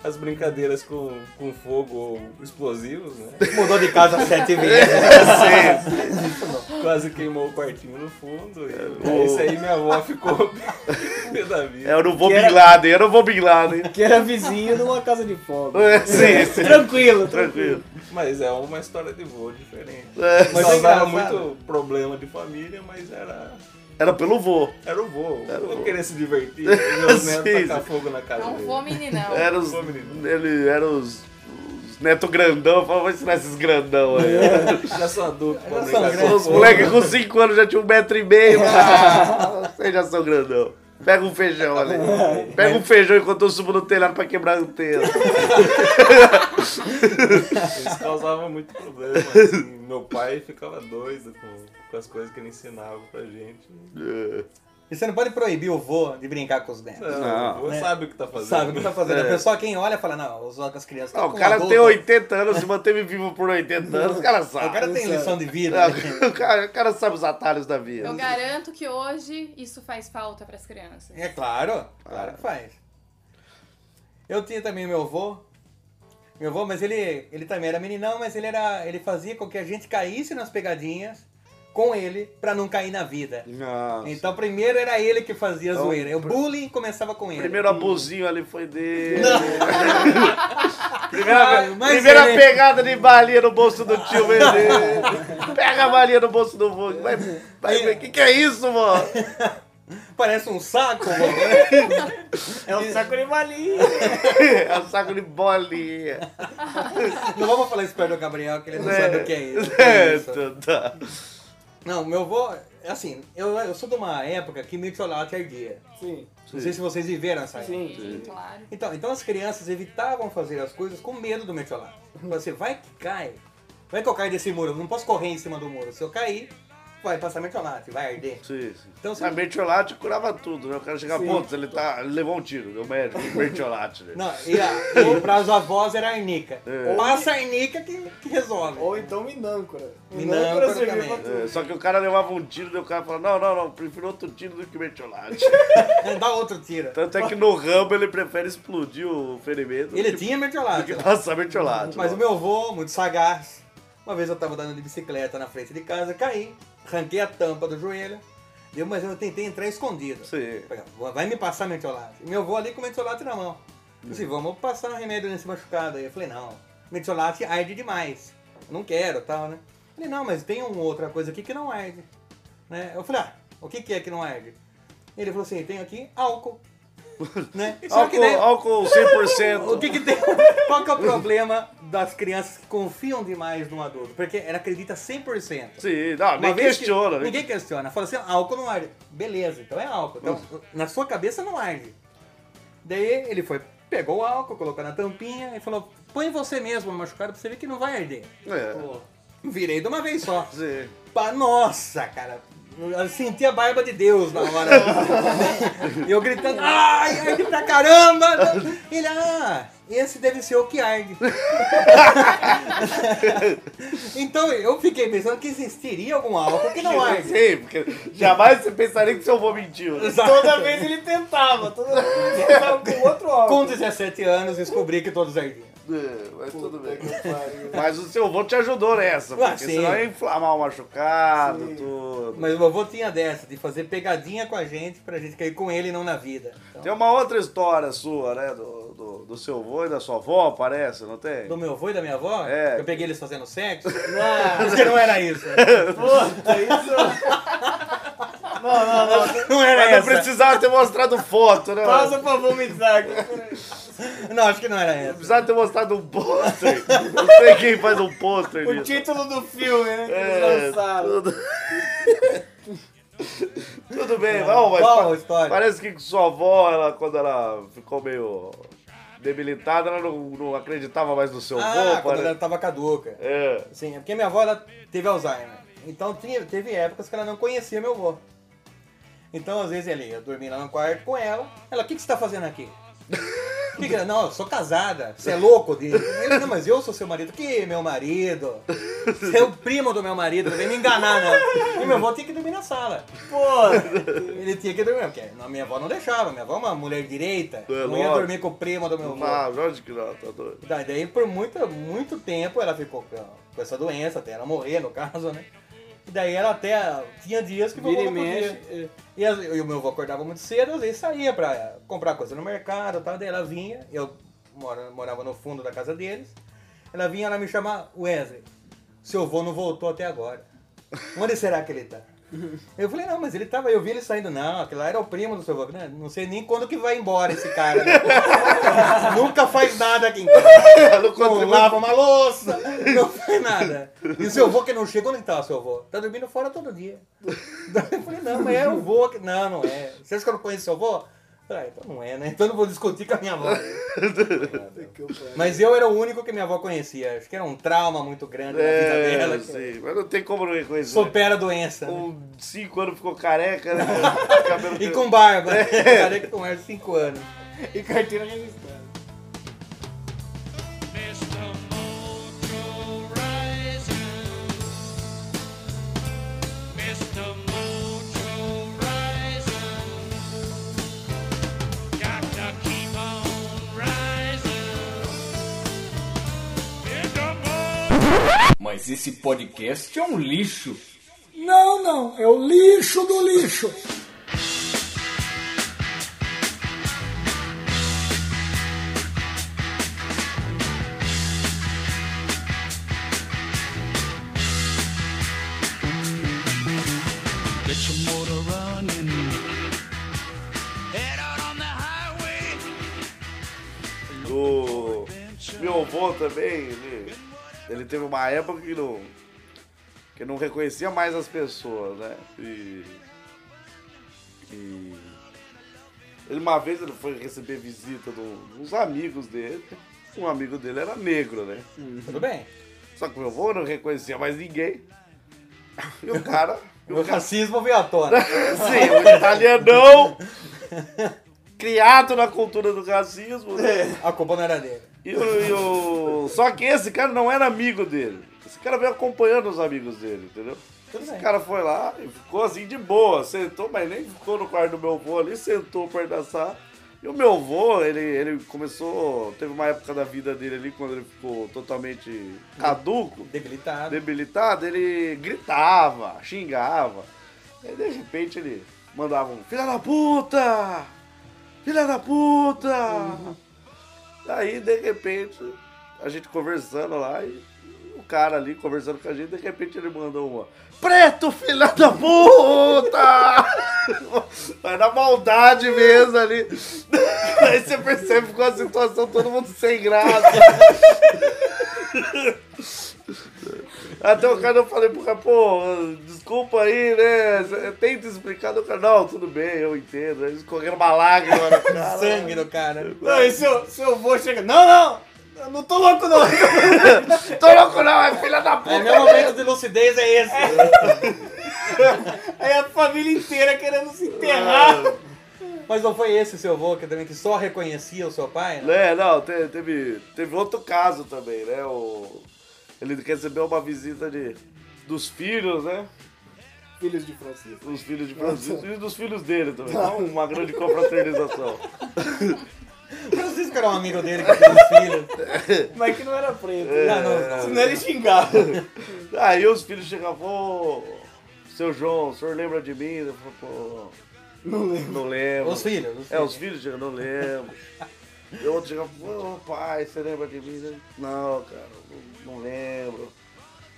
Speaker 10: as brincadeiras com, com fogo ou explosivos, né?
Speaker 4: Mudou de casa sete vezes.
Speaker 5: É, Sim.
Speaker 10: Quase queimou o quartinho no fundo. E é isso aí, minha avó ficou pé da vida.
Speaker 5: Eu não vou Bin Laden, eu não vou Bin Laden.
Speaker 7: Que era vizinho de uma casa de fogo.
Speaker 10: É.
Speaker 5: Sim, sim.
Speaker 7: Tranquilo, tranquilo.
Speaker 5: Tranquilo.
Speaker 10: Mas é uma história de voo diferente.
Speaker 5: É,
Speaker 10: Mas
Speaker 4: é
Speaker 10: causava
Speaker 4: engraçado.
Speaker 10: muito problema de família, mas era,
Speaker 5: Era pelo vô.
Speaker 10: era o voo.
Speaker 5: Era o
Speaker 10: Eu
Speaker 5: voo.
Speaker 10: queria se divertir, meus netos
Speaker 5: Sim,
Speaker 10: tacar
Speaker 5: sim.
Speaker 10: fogo na casa
Speaker 6: Não
Speaker 10: dele.
Speaker 6: vou, meninão.
Speaker 5: Era os, ele era os, os neto grandão. Eu falava, vou ensinar esses grandão aí.
Speaker 10: Já sou adulto pra
Speaker 4: são
Speaker 10: brincar
Speaker 4: grandes.
Speaker 10: com
Speaker 5: Os moleques com 5 anos já tinham um metro e meio. Ah, Vocês já são grandão. Pega um feijão ali.
Speaker 4: É.
Speaker 5: Pega um feijão enquanto eu subo no telhado pra quebrar o telhado.
Speaker 10: Isso causava muito problema. assim. Meu pai ficava doido com, com as coisas que ele ensinava pra gente.
Speaker 4: E você não pode proibir o vô de brincar com os netos.
Speaker 10: Não,
Speaker 5: Não.
Speaker 10: o vô sabe o que tá fazendo.
Speaker 4: Sabe o que tá fazendo? A
Speaker 5: É.
Speaker 4: pessoa quem olha fala, não, os outros as crianças
Speaker 5: Ah,
Speaker 4: tá
Speaker 5: o
Speaker 4: com
Speaker 5: cara
Speaker 4: adulto.
Speaker 5: tem 80 anos, se manteve vivo por 80 anos, o cara sabe.
Speaker 4: O cara tem lição de vida.
Speaker 5: Ah,
Speaker 4: né?
Speaker 5: o, cara, o cara sabe os atalhos da vida.
Speaker 6: Eu garanto que hoje isso faz falta pras crianças.
Speaker 4: É claro, claro
Speaker 5: Ah.
Speaker 4: que faz. Eu tinha também meu avô. Meu avô, mas ele, ele também era meninão, mas ele era. ele fazia com que a gente caísse nas pegadinhas com ele pra não cair na vida.
Speaker 5: Nossa. Então,
Speaker 4: Então primeiro era ele que fazia a zoeira. O bullying começava com ele.
Speaker 5: Primeiro abusinho ali foi dele.
Speaker 4: Ah,
Speaker 5: primeira
Speaker 4: mas
Speaker 5: primeira
Speaker 4: ele-
Speaker 5: pegada de balinha no bolso do tio foi dele. Pega a balinha no bolso do vô. Vai, vai ver. Que que é isso, mano?
Speaker 4: Parece um saco, mano.
Speaker 7: É um saco de balinha.
Speaker 5: É um saco de bolinha.
Speaker 4: Não vamos falar isso perto do Gabriel, que ele não sabe o que é isso.
Speaker 5: É,
Speaker 4: É isso.
Speaker 5: tá.
Speaker 4: Não, meu avô, é assim, eu, eu sou de uma época que Mixolate ardia.
Speaker 7: Sim,
Speaker 4: Não sei se vocês viveram essa época.
Speaker 7: sim.
Speaker 6: Claro.
Speaker 4: Então, então as crianças evitavam fazer as coisas com medo do metiolate. Você assim, vai que cai. Vai que eu caio desse muro, eu não posso correr em cima do muro. Se eu cair, vai passar metiolate, vai arder.
Speaker 5: Sim, sim.
Speaker 4: Então, você-
Speaker 5: Mas mertiolate curava tudo, né? O cara chegava, putz, ele, tá, ele levou um tiro, deu médico, mertiolate. Né?
Speaker 4: Não, e, a, e para os avós era arnica.
Speaker 5: É.
Speaker 4: Passa a arnica que, que resolve.
Speaker 7: Ou então minâncora.
Speaker 4: Minâncora
Speaker 7: servia pra
Speaker 4: também.
Speaker 7: tudo.
Speaker 5: É, só que o cara levava um tiro, daí o cara falava, não, não, não, prefiro outro tiro do que mertiolate.
Speaker 4: Dá outro tiro.
Speaker 5: Tanto é que no Rambo ele prefere explodir o ferimento
Speaker 4: Ele
Speaker 5: do que,
Speaker 4: tinha
Speaker 5: do
Speaker 4: metiolate.
Speaker 5: que passar mertiolate. né?
Speaker 4: Mas o
Speaker 5: mano.
Speaker 4: meu avô, muito sagaz, uma vez eu tava andando de bicicleta na frente de casa, caí, arranquei a tampa do joelho, e eu- mas eu tentei entrar escondido.
Speaker 5: Sim.
Speaker 4: Vai me passar metiolate. E Meu avô ali com metiolate na mão. Eu Disse, vamos passar um remédio nesse machucado aí. Eu falei, não, metiolate arde demais. Eu não quero tal, né? Eu Falei, não, mas tem uma outra coisa aqui que não arde. Né? Eu falei, ah, o que, que é que não arde? Ele falou assim, tem aqui álcool. né? Só que
Speaker 5: Álcool,
Speaker 4: daí-
Speaker 5: álcool 100%.
Speaker 4: o que que tem? Qual que é o problema das crianças que confiam demais no adulto? Porque ela acredita 100%.
Speaker 5: Sim, não, nem
Speaker 4: vez que-
Speaker 5: questiona. né?
Speaker 4: ninguém questiona. Fala assim, álcool não arde. Beleza, então é álcool. Então, na sua cabeça não arde. Daí ele foi, pegou o álcool, colocou na tampinha e falou, põe você mesmo no machucado pra você ver que não vai arder.
Speaker 5: É.
Speaker 4: Pô, Virei de uma vez só.
Speaker 5: Sim.
Speaker 4: Pá, nossa, cara. Eu senti a barba de Deus na hora. E eu gritando, ai, arde pra caramba! Ele, ah, esse deve ser o que arde. então eu fiquei pensando que existiria algum álcool que não arde.
Speaker 5: Sim, porque jamais você pensaria que seu avô mentiu. né?
Speaker 4: Exato.
Speaker 7: Toda vez ele tentava, toda vez ele tentava com outro
Speaker 4: Com
Speaker 7: álcool.
Speaker 4: 17 anos descobri que todos ardiam.
Speaker 5: É, Mas tudo
Speaker 7: né,
Speaker 5: bem. Mas o seu avô te ajudou nessa,
Speaker 4: Ah,
Speaker 5: porque
Speaker 4: sim.
Speaker 5: senão ia inflamar o machucado, tudo.
Speaker 4: Mas o vovô tinha dessa, de fazer pegadinha com a gente pra gente cair com ele e não na vida. Então,
Speaker 5: Tem uma outra história sua, né? Do, do, do seu avô e da sua avó, parece, não tem?
Speaker 4: Então, do meu avô e da minha avó,
Speaker 5: É.
Speaker 4: eu peguei eles fazendo sexo. Mas que não era isso.
Speaker 7: Puta, isso. é Não, não, não.
Speaker 4: Não era
Speaker 5: Mas não
Speaker 4: essa. um-
Speaker 5: precisava ter mostrado foto, né?
Speaker 7: Pausa pra vomitar aqui.
Speaker 4: Não, acho que não era essa.
Speaker 5: Precisava ter mostrado um pôster. Não sei quem faz um pôster
Speaker 7: O
Speaker 5: disso.
Speaker 7: título do filme, né? Que
Speaker 5: É,
Speaker 7: eles lançaram.
Speaker 5: tudo... Tudo bem, não, mas
Speaker 4: Qual
Speaker 5: pa-
Speaker 4: a história?
Speaker 5: parece que sua avó, ela, quando ela ficou meio debilitada, ela não, não acreditava mais no seu
Speaker 4: Ah,
Speaker 5: avô.
Speaker 4: quando ela
Speaker 5: Ela...
Speaker 4: tava caduca.
Speaker 5: É.
Speaker 4: Sim, é porque minha avó ela teve Alzheimer. Então tinha, teve épocas que ela não conhecia meu avô. Então, às vezes, ali, eu dormi lá no quarto com ela. Ela, o que, que você tá fazendo aqui? Que que- não, eu sou casada. Você é louco? De... Ele, não, mas eu sou seu marido. Que meu marido? Você é o primo do meu marido, não vem me enganar, não. E meu avô tinha que dormir na sala. Pô, ele tinha que dormir, porque a minha avó não deixava. Minha avó é uma mulher direita.
Speaker 5: É,
Speaker 4: não ia
Speaker 5: lógico.
Speaker 4: dormir com o primo do meu avô.
Speaker 5: Ah, lógico que não, tá doido.
Speaker 4: Da- Daí por muito, muito tempo ela ficou com com essa doença, até ela morrer no caso, né? E daí ela até tinha dias que meu
Speaker 7: Vira
Speaker 4: avô
Speaker 7: e
Speaker 4: não podia.
Speaker 7: mexe. é.
Speaker 4: E, as- e o meu avô acordava muito cedo, às vezes saía pra comprar coisa no mercado e tal, daí ela vinha, eu mora- morava no fundo da casa deles, ela vinha ela me chamar, Wesley, seu avô não voltou até agora. Onde será que ele tá? Eu falei, não, mas ele tava, eu vi ele saindo, não, aquele lá era o primo do seu avô. Não, não sei nem quando que vai embora esse cara. né? Nunca faz nada aqui em casa.
Speaker 5: Não
Speaker 4: Não
Speaker 5: contribui.
Speaker 4: lava é uma louça, não faz nada. E o seu avô que não chegou, onde tá o seu avô? Tá dormindo fora todo dia. Daí eu falei, não, mas é o vô que. Não, não é. Você acha que eu não conheço seu avô? Ah, então não é, né? Então eu não vou discutir com a minha avó. Mas eu era o único que minha avó conhecia. Acho que era um trauma muito grande na vida
Speaker 5: É,
Speaker 4: dela. que
Speaker 5: sim, mas não tem como não reconhecer.
Speaker 4: Supera a doença. né?
Speaker 5: Com 5 anos ficou careca, né? Cabelo
Speaker 4: E com É. barba. Parei que com mais de 5 anos.
Speaker 7: E carteira registrada.
Speaker 8: Mas esse podcast é um lixo.
Speaker 3: Não, não, é o lixo do lixo.
Speaker 9: Get your motor running. Head out on the highway.
Speaker 5: O meu avô também, ele, ele teve uma época que não, que não reconhecia mais as pessoas, né? E, e ele, uma vez ele foi receber visita de um- uns amigos dele. Um amigo dele era negro, né?
Speaker 4: Tudo bem.
Speaker 5: Só que meu avô não reconhecia mais ninguém. E o cara. e
Speaker 4: O
Speaker 5: o cara
Speaker 4: racismo veio à tona.
Speaker 5: Sim, o italianão criado na cultura do racismo, né?
Speaker 4: A culpa não era dele.
Speaker 5: E o, e o- Só que esse cara não era amigo dele. Esse cara veio acompanhando os amigos dele, entendeu?
Speaker 4: Tudo
Speaker 5: Esse
Speaker 4: bem.
Speaker 5: cara foi lá e ficou assim de boa, sentou, mas nem ficou no quarto do meu avô ali, sentou pra dançar. E o meu avô, ele, ele começou. Teve uma época da vida dele ali, quando ele ficou totalmente caduco,
Speaker 4: Debilitado.
Speaker 5: debilitado, ele gritava, xingava. Aí de repente ele mandava um Filha da puta! Filha da puta! Aí de repente, a gente conversando lá e o cara ali conversando com a gente, de repente ele mandou uma Preto, filha da puta! Mas na maldade mesmo ali. Aí você percebe que ficou a situação todo mundo sem graça. Até o cara eu falei pro cara, pô, desculpa aí, né? Tenta explicar no canal, tudo bem, eu entendo. Aí escorrendo uma lágrima né? na cara.
Speaker 4: Sangue do cara.
Speaker 7: Não, e seu, seu avô chega. Não, não! Eu não tô louco, não!
Speaker 5: Tô louco não, é filha da
Speaker 4: É,
Speaker 5: puta!
Speaker 4: meu momento de lucidez é esse.
Speaker 7: Aí a família inteira querendo se enterrar.
Speaker 4: Mas não foi esse seu avô que também que só reconhecia o seu pai? Né?
Speaker 5: É, não, te- teve, teve outro caso também, né? O, ele recebeu uma visita de, dos filhos, né?
Speaker 7: Filhos de Francisco.
Speaker 5: Os filhos de Francisco e dos filhos dele também. Então, uma grande confraternização.
Speaker 4: Francisco era um amigo dele que tinha um filho.
Speaker 7: Mas que não era preto.
Speaker 4: Não, não, não.
Speaker 7: Senão ele xingava.
Speaker 5: Aí os filhos chegavam, pô, seu João, o senhor lembra de mim? Ele falou, pô, não lembro. Não lembro.
Speaker 4: Os filhos. Os
Speaker 5: É,
Speaker 4: filhos.
Speaker 5: os filhos chegam, não lembro. E outro chega, pô, pai, você lembra de mim? né? Não, cara, não- não lembro.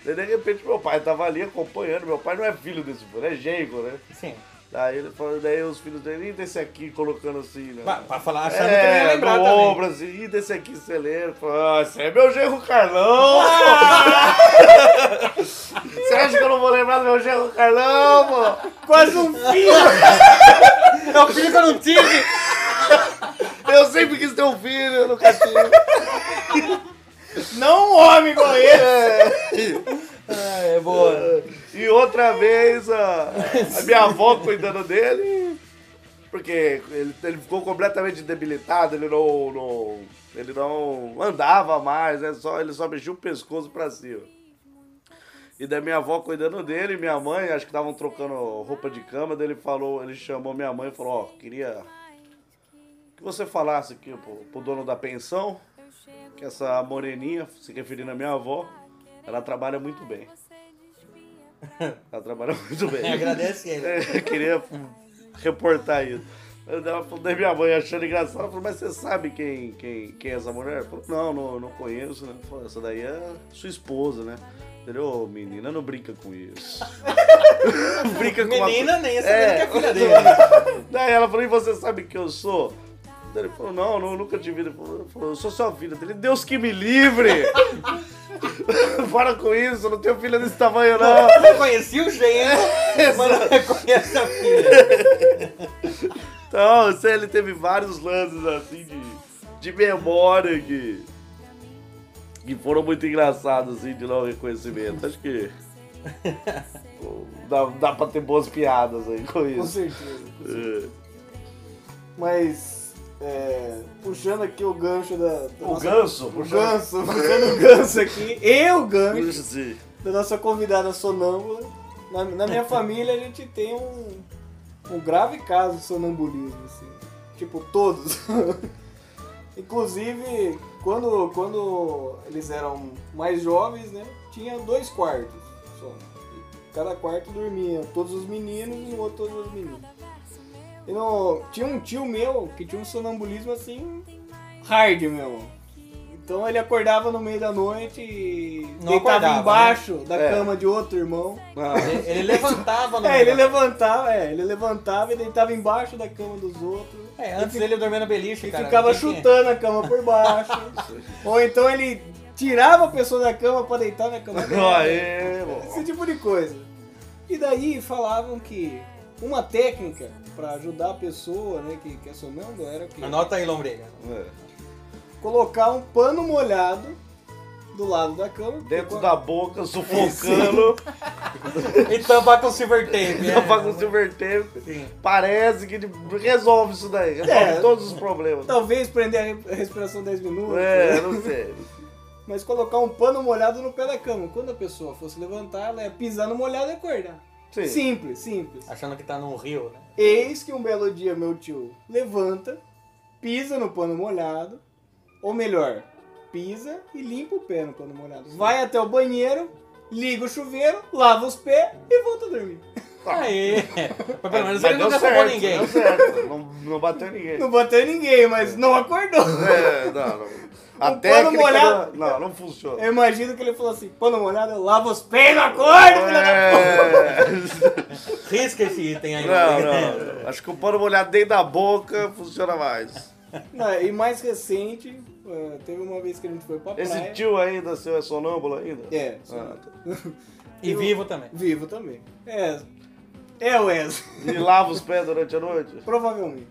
Speaker 5: Daí, de repente, meu pai tava ali acompanhando. Meu pai não é filho desse filho, é genro, né?
Speaker 4: Sim.
Speaker 5: Daí ele falou, daí os filhos dele, e desse aqui, colocando assim, né?
Speaker 4: Pra, pra falar, achando que ele ia
Speaker 5: É,
Speaker 4: lembrar
Speaker 5: no
Speaker 4: também.
Speaker 5: ombro, assim, e desse aqui você lembra? Falou, ah, você é meu genro Carlão!
Speaker 4: Ah!
Speaker 5: você acha que eu não vou lembrar do meu genro Carlão, mano?
Speaker 7: Quase um filho!
Speaker 4: É o filho que eu não tive.
Speaker 5: Eu sempre quis ter um filho, eu nunca tive.
Speaker 7: Não um homem igual ele. é boa.
Speaker 5: E outra vez a, a minha avó cuidando dele, porque ele, ele ficou completamente debilitado, ele não, não- ele não andava mais, né? só, ele só mexia o pescoço pra cima. E da minha avó cuidando dele, minha mãe, acho que estavam trocando roupa de cama, daí ele falou, ele chamou minha mãe e falou, ó, queria que você falasse aqui pro, pro dono da pensão, que essa moreninha, se referindo à minha avó, ela trabalha muito bem. Ela trabalha muito bem.
Speaker 4: É, Agradece ele.
Speaker 5: Eu queria reportar isso. Eu dava- Daí minha mãe achando engraçado, ela falou, mas você sabe quem, quem, quem é essa mulher? Eu falei, não, não, não conheço, né? Falou, essa daí é sua esposa, né? Ele, ô menina, não brinca com isso. brinca com uma
Speaker 4: Menina, nem essa
Speaker 5: É.
Speaker 4: menina que é filha dele.
Speaker 5: Daí ela falou, e você sabe quem eu sou? Daí ele falou, não, não nunca te vi. Ele falou, ele falou, eu sou sua filha. Dele, Deus que me livre! Para com isso, eu não tenho filha desse tamanho, não.
Speaker 4: Eu conheci o gênio,
Speaker 5: É,
Speaker 4: mas não reconhece a filha.
Speaker 5: Então, sei, ele teve vários lances assim de, de memória que, que foram muito engraçados assim, de não reconhecimento. Acho que dá, dá pra ter boas piadas aí com
Speaker 7: Com
Speaker 5: isso.
Speaker 7: certeza.
Speaker 5: É.
Speaker 7: Mas, é, puxando aqui o gancho da. da
Speaker 5: O
Speaker 7: nossa-
Speaker 5: ganso?
Speaker 7: O ganso, né? puxando o ganso aqui. Eu, gancho.
Speaker 5: Sim.
Speaker 7: da nossa convidada sonâmbula. Na, na minha família a gente tem um, um grave caso de sonambulismo, assim. Tipo, todos. Inclusive, quando, quando eles eram mais jovens, né? Tinha dois quartos só. E cada quarto dormia todos os meninos e no outro todas as meninas. E no- tinha um tio meu que tinha um sonambulismo assim hard, meu. irmão. Então ele acordava no meio da noite e
Speaker 4: Não
Speaker 7: deitava
Speaker 4: acordava, né?
Speaker 7: embaixo da
Speaker 5: É.
Speaker 7: cama de outro irmão.
Speaker 4: Ele, ele levantava no
Speaker 7: É, ele
Speaker 4: lugar.
Speaker 7: levantava, é, ele levantava e deitava embaixo da cama dos outros.
Speaker 4: É, antes ele dormia no beliche,
Speaker 7: E
Speaker 4: cara.
Speaker 7: ficava
Speaker 4: Quem que é?
Speaker 7: chutando a cama por baixo. Ou então ele tirava a pessoa da cama pra deitar na cama dela.
Speaker 5: Aê, bom.
Speaker 7: Esse tipo de coisa. E daí falavam que uma técnica pra ajudar a pessoa, né, que, que é sonâmbula era que
Speaker 4: Anota aí, lombriga.
Speaker 7: colocar um pano molhado do lado da cama.
Speaker 5: Dentro
Speaker 7: porque-
Speaker 5: da boca, sufocando,
Speaker 4: E tampar com silver tape. é.
Speaker 5: tampar com um silver tape.
Speaker 4: Sim.
Speaker 5: Parece que resolve isso daí, resolve
Speaker 7: É.
Speaker 5: todos os problemas.
Speaker 7: Talvez prender a re- a respiração 10 minutos.
Speaker 5: É, não sei.
Speaker 7: Mas colocar um pano molhado no pé da cama. Quando a pessoa fosse levantar, ela ia pisar no molhado e acordar.
Speaker 5: Sim.
Speaker 7: Simples, simples.
Speaker 4: Achando que tá num rio, né?
Speaker 7: Eis que um belo dia meu tio levanta, pisa no pano molhado, ou melhor, pisa e limpa o pé no pano molhado. Vai até o banheiro, liga o chuveiro, lava os pés e volta a dormir.
Speaker 4: Aí. Mas pelo menos
Speaker 5: Tá. Mas
Speaker 4: ele nunca roubou
Speaker 5: deu certo,
Speaker 4: ninguém.
Speaker 5: Deu certo, não, não bateu ninguém.
Speaker 7: Não bateu em ninguém, mas não acordou.
Speaker 5: É, não, não. A
Speaker 7: pano
Speaker 5: técnica
Speaker 7: molhado.
Speaker 5: Não, não, não funciona.
Speaker 7: Eu imagino que ele falou assim, pano molhado, eu lavo os pés e não acordo, filha da
Speaker 5: É.
Speaker 4: Risca esse item aí,
Speaker 5: Não,
Speaker 4: lombriga.
Speaker 5: não. Acho que o pano molhado dentro da boca funciona mais.
Speaker 7: Não, e mais recente, eh, teve uma vez que a gente foi pra praia.
Speaker 5: Esse tio ainda seu é sonâmbulo ainda?
Speaker 7: É,
Speaker 5: Ah,
Speaker 4: E vivo também.
Speaker 7: vivo também. É, é o Wes,
Speaker 5: E lava os pés durante a noite?
Speaker 7: provavelmente.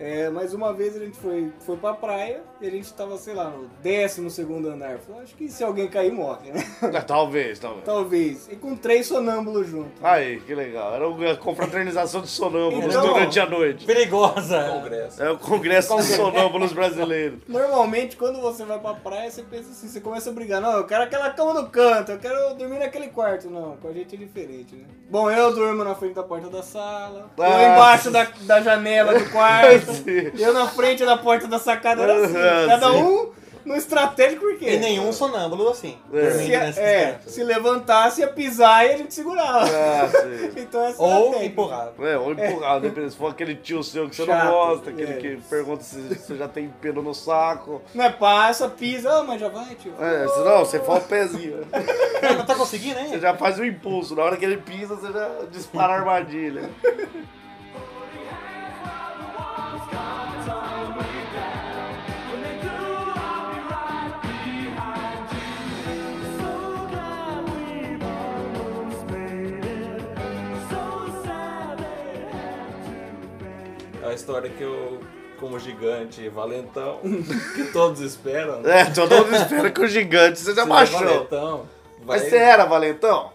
Speaker 7: É, mas uma vez a gente foi, foi pra praia e a gente tava, sei lá, no 12 segundo andar. Falei, "Ah, acho que se alguém cair, morre, né?
Speaker 5: talvez, talvez.
Speaker 7: Talvez. E com três sonâmbulos junto.
Speaker 5: Aí, que legal. Era uma confraternização de sonâmbulos
Speaker 7: Então-
Speaker 5: durante a noite.
Speaker 4: Perigosa.
Speaker 10: Congresso.
Speaker 5: É o congresso de sonâmbulos brasileiros.
Speaker 7: Normalmente, quando você vai pra praia, você pensa assim, você começa a brigar. Não, eu quero aquela cama do canto, eu quero dormir naquele quarto. Não, com a gente é diferente, né? Bom, eu durmo na frente da porta da sala, ou
Speaker 5: Ah.
Speaker 7: embaixo da, da janela do quarto,
Speaker 5: Sim.
Speaker 7: eu na frente da porta da sacada. Era assim,
Speaker 5: Ah,
Speaker 7: cada
Speaker 5: sim.
Speaker 7: um no estratégico, por quê?
Speaker 4: E nenhum sonâmbulo
Speaker 5: É.
Speaker 4: assim.
Speaker 7: se,
Speaker 4: Dormindo nesses
Speaker 7: é,
Speaker 4: cantos.
Speaker 7: se levantasse, ia pisar e a gente segurava.
Speaker 5: Ah, sim.
Speaker 7: Então essa era a
Speaker 4: Ou
Speaker 7: técnica.
Speaker 4: empurrado.
Speaker 5: É, ou empurrado, dependendo se for aquele tio seu que você
Speaker 7: Chato,
Speaker 5: não gosta, aquele
Speaker 7: é.
Speaker 5: que pergunta se você já tem pelo no saco.
Speaker 7: Não é passa, pisa, ah, mas já vai, tio.
Speaker 5: É, se não, você fala o pezinho.
Speaker 4: Ah, Não tá conseguindo,
Speaker 5: Você
Speaker 4: hein?
Speaker 5: já faz o impulso, na hora que ele pisa, você já dispara a armadilha.
Speaker 10: A É história que eu como gigante valentão, que todos esperam. né?
Speaker 5: É, todo mundo espera que o gigante seja
Speaker 10: Seja
Speaker 5: machão.
Speaker 10: Valentão, vai...
Speaker 5: Mas você era valentão?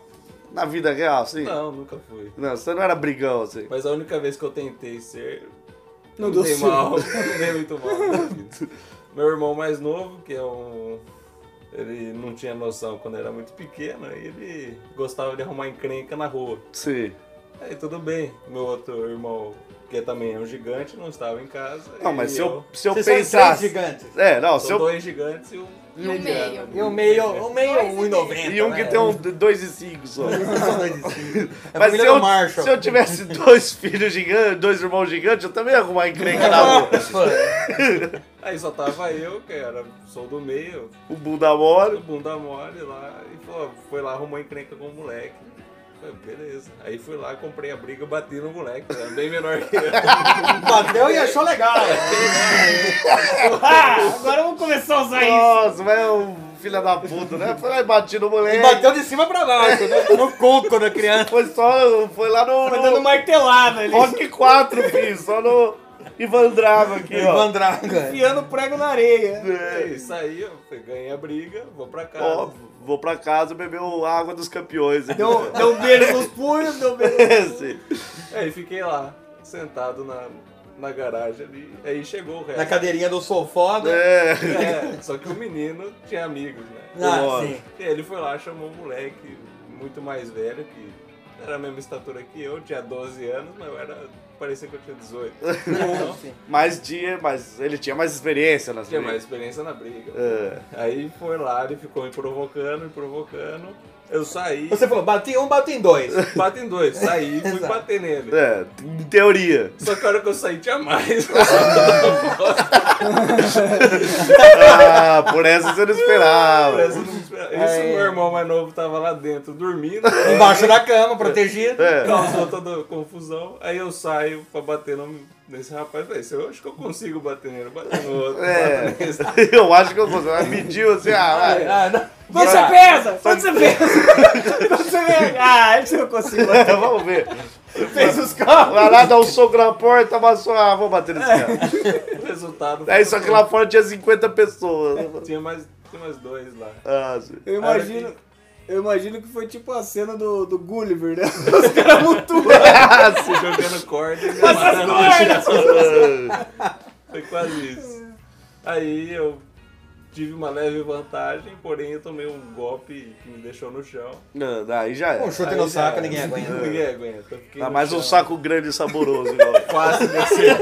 Speaker 5: Na vida real, assim?
Speaker 10: Não, nunca fui.
Speaker 5: Não, você não era brigão, assim.
Speaker 10: Mas a única vez que eu tentei ser.
Speaker 7: Não deu
Speaker 10: dei
Speaker 7: certo.
Speaker 10: mal. Não dei muito mal na vida. Meu irmão mais novo, que é um. Ele não tinha noção quando era muito pequeno, aí ele gostava de arrumar encrenca na rua.
Speaker 5: Sim.
Speaker 10: Aí tudo bem, meu outro irmão, que também é um gigante, não estava em casa.
Speaker 5: Não,
Speaker 10: e
Speaker 5: mas se eu, se eu
Speaker 4: Vocês são três
Speaker 5: pensasse.
Speaker 4: gigantes.
Speaker 5: É, não,
Speaker 10: São
Speaker 5: se eu.
Speaker 10: dois gigantes e um.
Speaker 6: E um
Speaker 10: mediano.
Speaker 4: E o meio, o meio é
Speaker 6: Dois e
Speaker 4: 1,90.
Speaker 5: E um que
Speaker 4: né? É
Speaker 5: tem um 2,5 só.
Speaker 4: São dois e cinco. É a
Speaker 5: Mas se
Speaker 4: família do
Speaker 5: eu,
Speaker 4: Marshall.
Speaker 5: se eu tivesse dois filhos gigantes, dois irmãos gigantes, eu também ia arrumar encrenca na rua.
Speaker 10: Aí só tava eu, que era, sou do meio,
Speaker 5: O bunda mole.
Speaker 10: o bunda mole lá e falou, foi lá, arrumou encrenca com o moleque. Falei, beleza. Aí fui lá, comprei a briga, bati no moleque, era bem menor que eu.
Speaker 4: Bateu e achou legal.
Speaker 7: É.
Speaker 1: Agora vamos começar a usar isso.
Speaker 5: Nossa, mas é um filho da puta, né? Foi lá e bati no
Speaker 4: E
Speaker 5: moleque.
Speaker 4: bateu de cima pra baixo, né? No coco da criança.
Speaker 5: Foi só. Foi lá no.
Speaker 1: Tá dando
Speaker 5: no
Speaker 1: martelada ali.
Speaker 5: Rock 4, filho. Só no. Ivan Drago aqui, ó.
Speaker 4: Ivan Draga.
Speaker 7: Enfiando prego na areia.
Speaker 10: É Aí saí, eu falei, ganhei a briga, vou pra casa.
Speaker 5: Ó, vou pra casa beber o água dos campeões. hein?
Speaker 7: Deu, deu um beijo nos punhos, deu um beijo.
Speaker 5: Esse.
Speaker 10: Aí fiquei lá, sentado na, na garagem ali. Aí chegou o resto.
Speaker 4: Na cadeirinha do sofá. né?
Speaker 5: É.
Speaker 10: É, só que o menino tinha amigos, né?
Speaker 4: Ah,
Speaker 5: Nossa.
Speaker 4: sim.
Speaker 10: E aí ele foi lá, chamou um moleque muito mais velho, que era a mesma estatura que eu, tinha 12 anos, mas eu era. parecia que eu tinha 18. Então,
Speaker 5: Mas tinha, mas ele tinha mais experiência nas
Speaker 10: tinha mais
Speaker 5: brigas.
Speaker 10: experiência na briga.
Speaker 5: É.
Speaker 10: Aí foi lá, ele ficou me provocando, me provocando. Eu saí,
Speaker 4: Você falou, bati em um, bati em dois.
Speaker 10: bate em dois, saí e fui
Speaker 4: Exato.
Speaker 10: bater nele.
Speaker 5: É, em teoria.
Speaker 10: Só que a hora que eu saí tinha mais.
Speaker 5: Ah, por essa você não esperava.
Speaker 10: Parece que não esperava. Isso
Speaker 5: É.
Speaker 10: meu irmão mais novo tava lá dentro dormindo, É. né,
Speaker 4: Embaixo da cama, protegido.
Speaker 5: É.
Speaker 10: causou toda confusão. Aí eu saio pra bater no, nesse rapaz. Falei, eu acho que eu consigo bater nele, bater no outro,
Speaker 5: É.
Speaker 10: bater nesse.
Speaker 5: Eu acho que eu consigo. Ela mediu assim, ah, vai.
Speaker 4: Ah, não.
Speaker 1: Quando você pesa, quando você pesa. Quando você pesa. Ah, isso eu não consigo.
Speaker 5: É, vamos ver.
Speaker 1: Fez os carros.
Speaker 5: Vai lá, dá um soco na porta, amassou. Ah, vou bater nesse cara.
Speaker 10: O resultado
Speaker 5: Aí só que lá fora tinha 50 pessoas.
Speaker 10: tinha mais, tinha mais dois lá.
Speaker 5: Ah, sim.
Speaker 7: Eu imagino, eu imagino que foi tipo a cena do, do Gulliver, né? Os caras mutuam.
Speaker 5: Ah, sim.
Speaker 10: Jogando corda e me matando no Foi quase isso. Aí eu tive uma leve vantagem, porém eu tomei um golpe que me deixou no chão.
Speaker 5: Não, daí já
Speaker 4: Um
Speaker 5: é.
Speaker 4: chute
Speaker 10: Aí
Speaker 4: no
Speaker 10: já
Speaker 4: saco,
Speaker 10: era.
Speaker 4: ninguém aguenta. Ah,
Speaker 10: Ninguém aguenta. Eu fiquei
Speaker 5: Dá
Speaker 10: no
Speaker 5: mais um
Speaker 10: chão.
Speaker 5: saco grande e saboroso. Igual.
Speaker 10: Quase descer.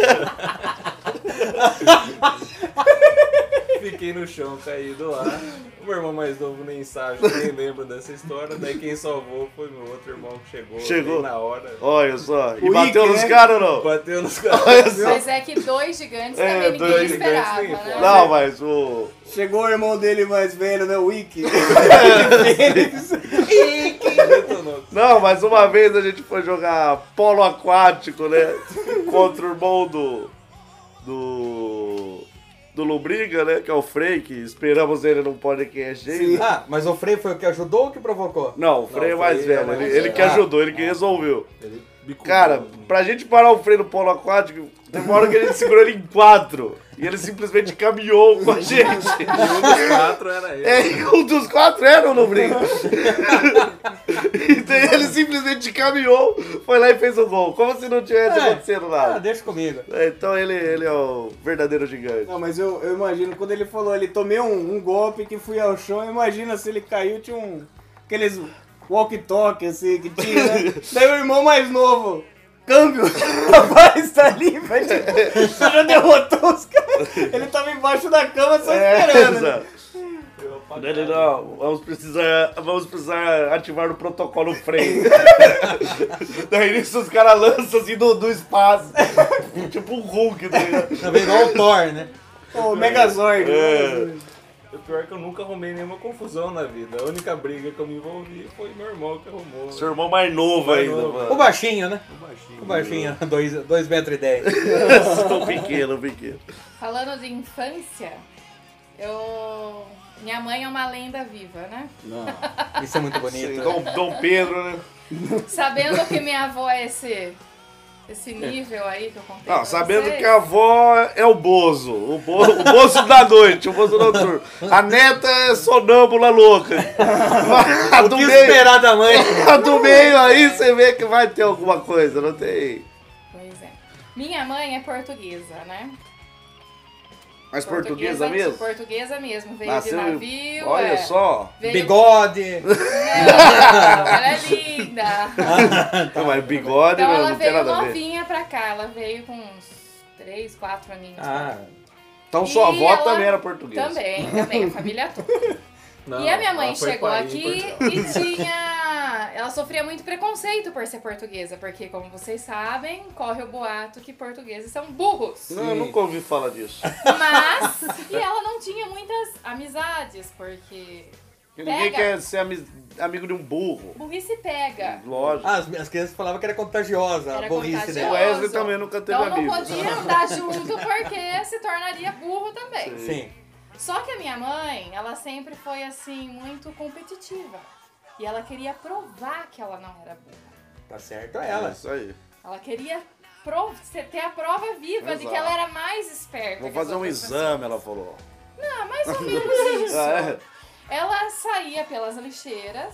Speaker 10: Fiquei no chão, caído lá. O meu irmão mais novo nem sabe, nem lembra dessa história. Daí quem salvou foi meu outro irmão que chegou,
Speaker 5: Chegou.
Speaker 10: bem na hora.
Speaker 5: Olha só. E
Speaker 7: O
Speaker 5: bateu
Speaker 7: Ike,
Speaker 5: nos
Speaker 7: né?
Speaker 5: caras ou não?
Speaker 10: Bateu nos caras.
Speaker 5: Olha só.
Speaker 6: Mas é que dois gigantes
Speaker 5: É,
Speaker 6: também
Speaker 5: dois
Speaker 6: ninguém
Speaker 10: gigantes
Speaker 6: esperava,
Speaker 10: nem
Speaker 6: né?
Speaker 10: fora.
Speaker 5: Não, mas o.
Speaker 7: Chegou o irmão dele mais velho, né? O Wiki.
Speaker 10: Detonou.
Speaker 5: Não, mas uma vez a gente foi jogar polo aquático, né? contra o irmão do. Do. Do Lubriga, né? Que é o Frei, que esperamos ele num podcast aí. né?
Speaker 4: Ah, mas o Frei foi o que ajudou ou o que provocou?
Speaker 5: Não, o Frei é
Speaker 10: o Frei
Speaker 5: mais
Speaker 10: é
Speaker 5: velho.
Speaker 10: mais
Speaker 5: Ele,
Speaker 10: velho.
Speaker 5: ele que
Speaker 4: Ah.
Speaker 5: ajudou, ele que resolveu.
Speaker 10: Ele bicudo.
Speaker 5: Cara, pra gente parar o Frei no polo aquático, teve uma hora que a gente segurou ele em quatro. E ele simplesmente caminhou com a gente.
Speaker 10: E um dos quatro era ele.
Speaker 5: É, e um dos quatro era o Lombriga. então ele simplesmente caminhou, foi lá e fez o gol. Como se não tivesse
Speaker 4: É.
Speaker 5: acontecendo
Speaker 4: Ah,
Speaker 5: nada.
Speaker 4: deixa comigo.
Speaker 5: É, Então ele, ele é o verdadeiro gigante.
Speaker 7: Não, mas eu, eu imagino, quando ele falou, ele tomei um, um golpe que fui ao chão, imagina se ele caiu, tinha um. aqueles walk-talk assim que tinha, né? Daí o irmão mais novo. Câmbio! O rapaz tá ali, mas tipo, você já derrotou os caras. Ele tava embaixo da cama só
Speaker 1: É,
Speaker 7: esperando. né?
Speaker 5: É, exato. Ele, não, vamos precisar, vamos precisar ativar o protocolo freio. Daí nisso os caras lançam assim do, do espaço. tipo um Hulk. Tá ligado?
Speaker 4: Também igual o Thor, né?
Speaker 7: O Megazord. né?
Speaker 5: É.
Speaker 10: O pior é que eu nunca arrumei nenhuma confusão na vida. A única briga que eu me envolvi foi meu irmão que arrumou.
Speaker 5: Seu irmão mais novo ainda,
Speaker 10: novo.
Speaker 4: O
Speaker 5: mano.
Speaker 4: baixinho, né?
Speaker 10: baixinho.
Speaker 4: O baixinho, 2,10m.
Speaker 5: Tão pequeno, pequeno.
Speaker 6: Falando de infância, eu. Minha mãe é uma lenda viva, né?
Speaker 4: Isso é muito bonito.
Speaker 5: Dom, Dom Pedro, né?
Speaker 6: Sabendo que minha avó é esse Esse nível aí que eu contei.
Speaker 5: Não,
Speaker 6: pra
Speaker 5: sabendo
Speaker 6: vocês.
Speaker 5: que a avó é o Bozo, o, bo, o Bozo da noite, o Bozo noturno. A neta é sonâmbula louca. A do,
Speaker 4: O que
Speaker 5: meio,
Speaker 4: esperar da mãe?
Speaker 5: a Tá do meio aí você vê que vai ter alguma coisa, não tem.
Speaker 6: Pois é. Minha mãe é portuguesa, né?
Speaker 5: Mas portuguesa, mesmo?
Speaker 6: Portuguesa mesmo. Veio
Speaker 5: Nasceu
Speaker 6: de
Speaker 5: em-
Speaker 6: navio.
Speaker 5: Olha
Speaker 6: é.
Speaker 5: só.
Speaker 6: Veio...
Speaker 4: Bigode.
Speaker 6: Não, ela é linda.
Speaker 5: Não, mas bigode
Speaker 6: Então
Speaker 5: Ah, não,
Speaker 6: ela
Speaker 5: não tem
Speaker 6: veio
Speaker 5: nada a ver.
Speaker 6: novinha pra cá. Ela veio com uns 3, 4 aninhos.
Speaker 4: Ah,
Speaker 5: Então sua
Speaker 6: E
Speaker 5: avó
Speaker 6: ela-
Speaker 5: também era portuguesa.
Speaker 6: Também, também, a família toda.
Speaker 10: Não,
Speaker 6: e a minha mãe
Speaker 10: ela foi
Speaker 6: chegou
Speaker 10: parir em
Speaker 6: aqui
Speaker 10: Portugal.
Speaker 6: e tinha. Ela sofria muito preconceito por ser portuguesa, porque, como vocês sabem, corre o boato que portugueses são burros.
Speaker 5: Não, eu nunca ouvi falar disso.
Speaker 6: Mas. E ela não tinha muitas amizades, porque.
Speaker 5: Porque Ninguém
Speaker 6: Pega.
Speaker 5: quer ser ami- amigo de um burro.
Speaker 6: Burrice pega.
Speaker 5: Lógico.
Speaker 4: ah, as minhas crianças falavam que era contagiosa, a
Speaker 6: Era
Speaker 4: burrice né?
Speaker 5: o
Speaker 6: contagiosa.
Speaker 4: dela.
Speaker 5: Wesley
Speaker 6: Rosa.
Speaker 5: também nunca teve
Speaker 6: Então não
Speaker 5: amigos.
Speaker 6: podia andar junto porque se tornaria burro também.
Speaker 4: Sim.
Speaker 6: Só que a minha mãe, ela sempre foi assim, muito competitiva. E ela queria provar que ela não era burra.
Speaker 4: Tá certo ela.
Speaker 5: É, Isso aí.
Speaker 6: Ela queria pro- ter a prova viva de que
Speaker 5: Exato.
Speaker 6: ela era mais esperta.
Speaker 5: Vou
Speaker 6: que as
Speaker 5: fazer um
Speaker 6: outras
Speaker 5: exame, ela falou.
Speaker 6: pessoas. Ah, mais ou menos isso.
Speaker 5: Ah, é?
Speaker 6: Ela saía pelas lixeiras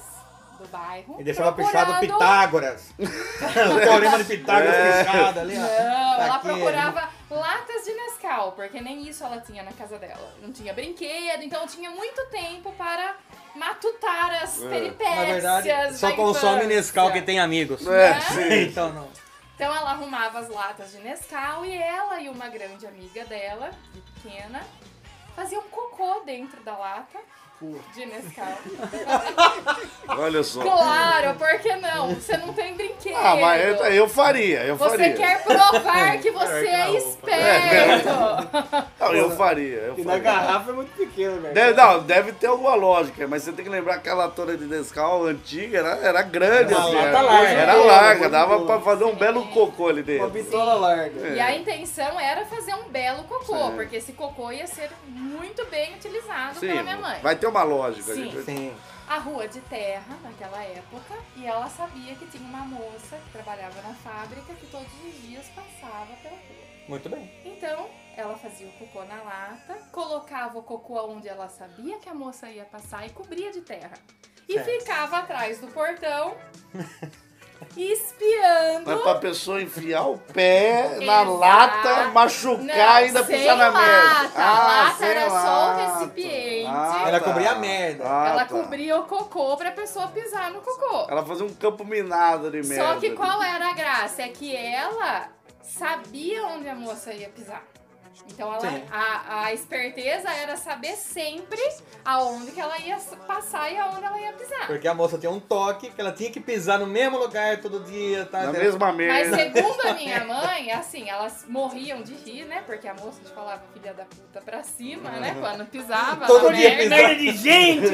Speaker 6: do bairro.
Speaker 4: E deixava
Speaker 6: procurando-
Speaker 4: pichado Pitágoras. o teorema de Pitágoras
Speaker 10: É.
Speaker 4: pichado ali, ó. Tá
Speaker 6: Não, ela
Speaker 4: Aqui,
Speaker 6: procurava latas de Nescau, porque nem isso ela tinha na casa dela. Não tinha brinquedo, então tinha muito tempo para matutar as
Speaker 5: É.
Speaker 6: peripécias.
Speaker 4: Na verdade, só
Speaker 6: da
Speaker 4: consome
Speaker 6: infância.
Speaker 4: Nescau quem tem amigos.
Speaker 5: É,
Speaker 4: Então não.
Speaker 6: Então ela arrumava as latas de Nescau e ela e uma grande amiga dela, de pequena, faziam cocô dentro da lata de Nescau.
Speaker 5: olha só.
Speaker 6: claro, por que não? Você não tem brinquedo.
Speaker 5: Ah, mas eu, eu faria, eu
Speaker 6: você
Speaker 5: faria.
Speaker 6: quer provar que você é
Speaker 5: É,
Speaker 6: esperto.
Speaker 5: Não, eu faria, eu
Speaker 7: E na
Speaker 5: faria.
Speaker 7: garrafa é muito pequena, velho.
Speaker 5: Deve, não, deve ter alguma lógica, mas você tem que lembrar que a latoura de Nescau antiga era, era grande,
Speaker 4: Era uma
Speaker 5: assim.
Speaker 4: lata
Speaker 5: Era,
Speaker 4: larga.
Speaker 5: era
Speaker 6: né?
Speaker 7: Muito
Speaker 5: larga,
Speaker 7: boa,
Speaker 5: dava
Speaker 7: muito
Speaker 5: pra
Speaker 7: boa.
Speaker 5: fazer um belo cocô ali
Speaker 7: Uma
Speaker 5: dentro.
Speaker 7: bitola
Speaker 5: né?
Speaker 7: larga.
Speaker 6: E a
Speaker 5: É.
Speaker 6: intenção era fazer um belo cocô, porque esse cocô ia ser muito bem utilizado
Speaker 5: Sim,
Speaker 6: pela minha mãe.
Speaker 5: vai ter uma lógica.
Speaker 6: Sim.
Speaker 5: gente.
Speaker 4: Sim.
Speaker 6: a rua de terra naquela época e ela sabia que tinha uma moça que trabalhava na fábrica que todos os dias passava pela rua.
Speaker 4: Muito bem.
Speaker 6: Então, ela fazia o cocô na lata, colocava o cocô onde ela sabia que a moça ia passar e cobria de terra. E
Speaker 4: Certo.
Speaker 6: ficava atrás do portão, espiando.
Speaker 5: Mas pra pessoa enfiar o pé na
Speaker 6: Exato.
Speaker 5: lata, machucar
Speaker 6: Não,
Speaker 5: e ainda
Speaker 6: sem
Speaker 5: pisar na
Speaker 6: lata.
Speaker 5: merda. Ah,
Speaker 6: A lata
Speaker 5: sem
Speaker 6: era só o
Speaker 5: lata. tá.
Speaker 6: recipiente.
Speaker 4: Ela cobria a merda.
Speaker 5: Ah,
Speaker 6: ela
Speaker 5: tá.
Speaker 6: cobria o cocô pra pessoa pisar no cocô.
Speaker 5: Ela fazia um campo minado de merda.
Speaker 6: Só que qual era a graça? É que ela sabia onde a moça ia pisar. Então ela-
Speaker 4: Sim.
Speaker 6: a, a esperteza era saber sempre aonde que ela ia s- passar e aonde ela ia pisar.
Speaker 4: Porque a moça tinha um toque que ela tinha que pisar no mesmo lugar todo dia, tá?
Speaker 5: Na
Speaker 4: Era-
Speaker 5: mesma
Speaker 6: Mas
Speaker 5: merda.
Speaker 6: segundo a minha mãe, assim, elas morriam de rir, né? Porque a moça te falava filha da puta pra cima, né? Quando pisava.
Speaker 4: Todo
Speaker 6: na
Speaker 4: dia
Speaker 6: merda.
Speaker 4: pisava.
Speaker 3: de gente!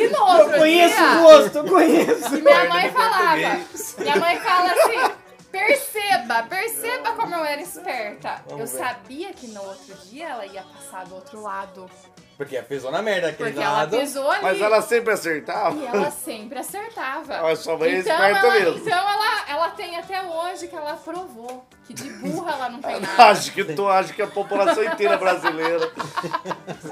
Speaker 6: E no outro dia,
Speaker 7: gosto, eu conheço.
Speaker 6: E minha mãe falava. Minha mãe fala assim: perceba, perceba como eu era esperta. eu sabia que no outro dia ela ia passar do outro lado.
Speaker 4: Porque pisou na merda aquele
Speaker 6: Porque ela
Speaker 4: lado.
Speaker 6: pisou ali.
Speaker 5: Mas ela sempre acertava.
Speaker 6: E ela sempre acertava.
Speaker 5: Olha, sua mãe é
Speaker 6: então
Speaker 5: esperta
Speaker 6: ela,
Speaker 5: mesmo.
Speaker 6: Então ela, ela tem até hoje que ela provou que de burra ela não tem nada.
Speaker 5: Acho que tu acha que a população inteira é brasileira.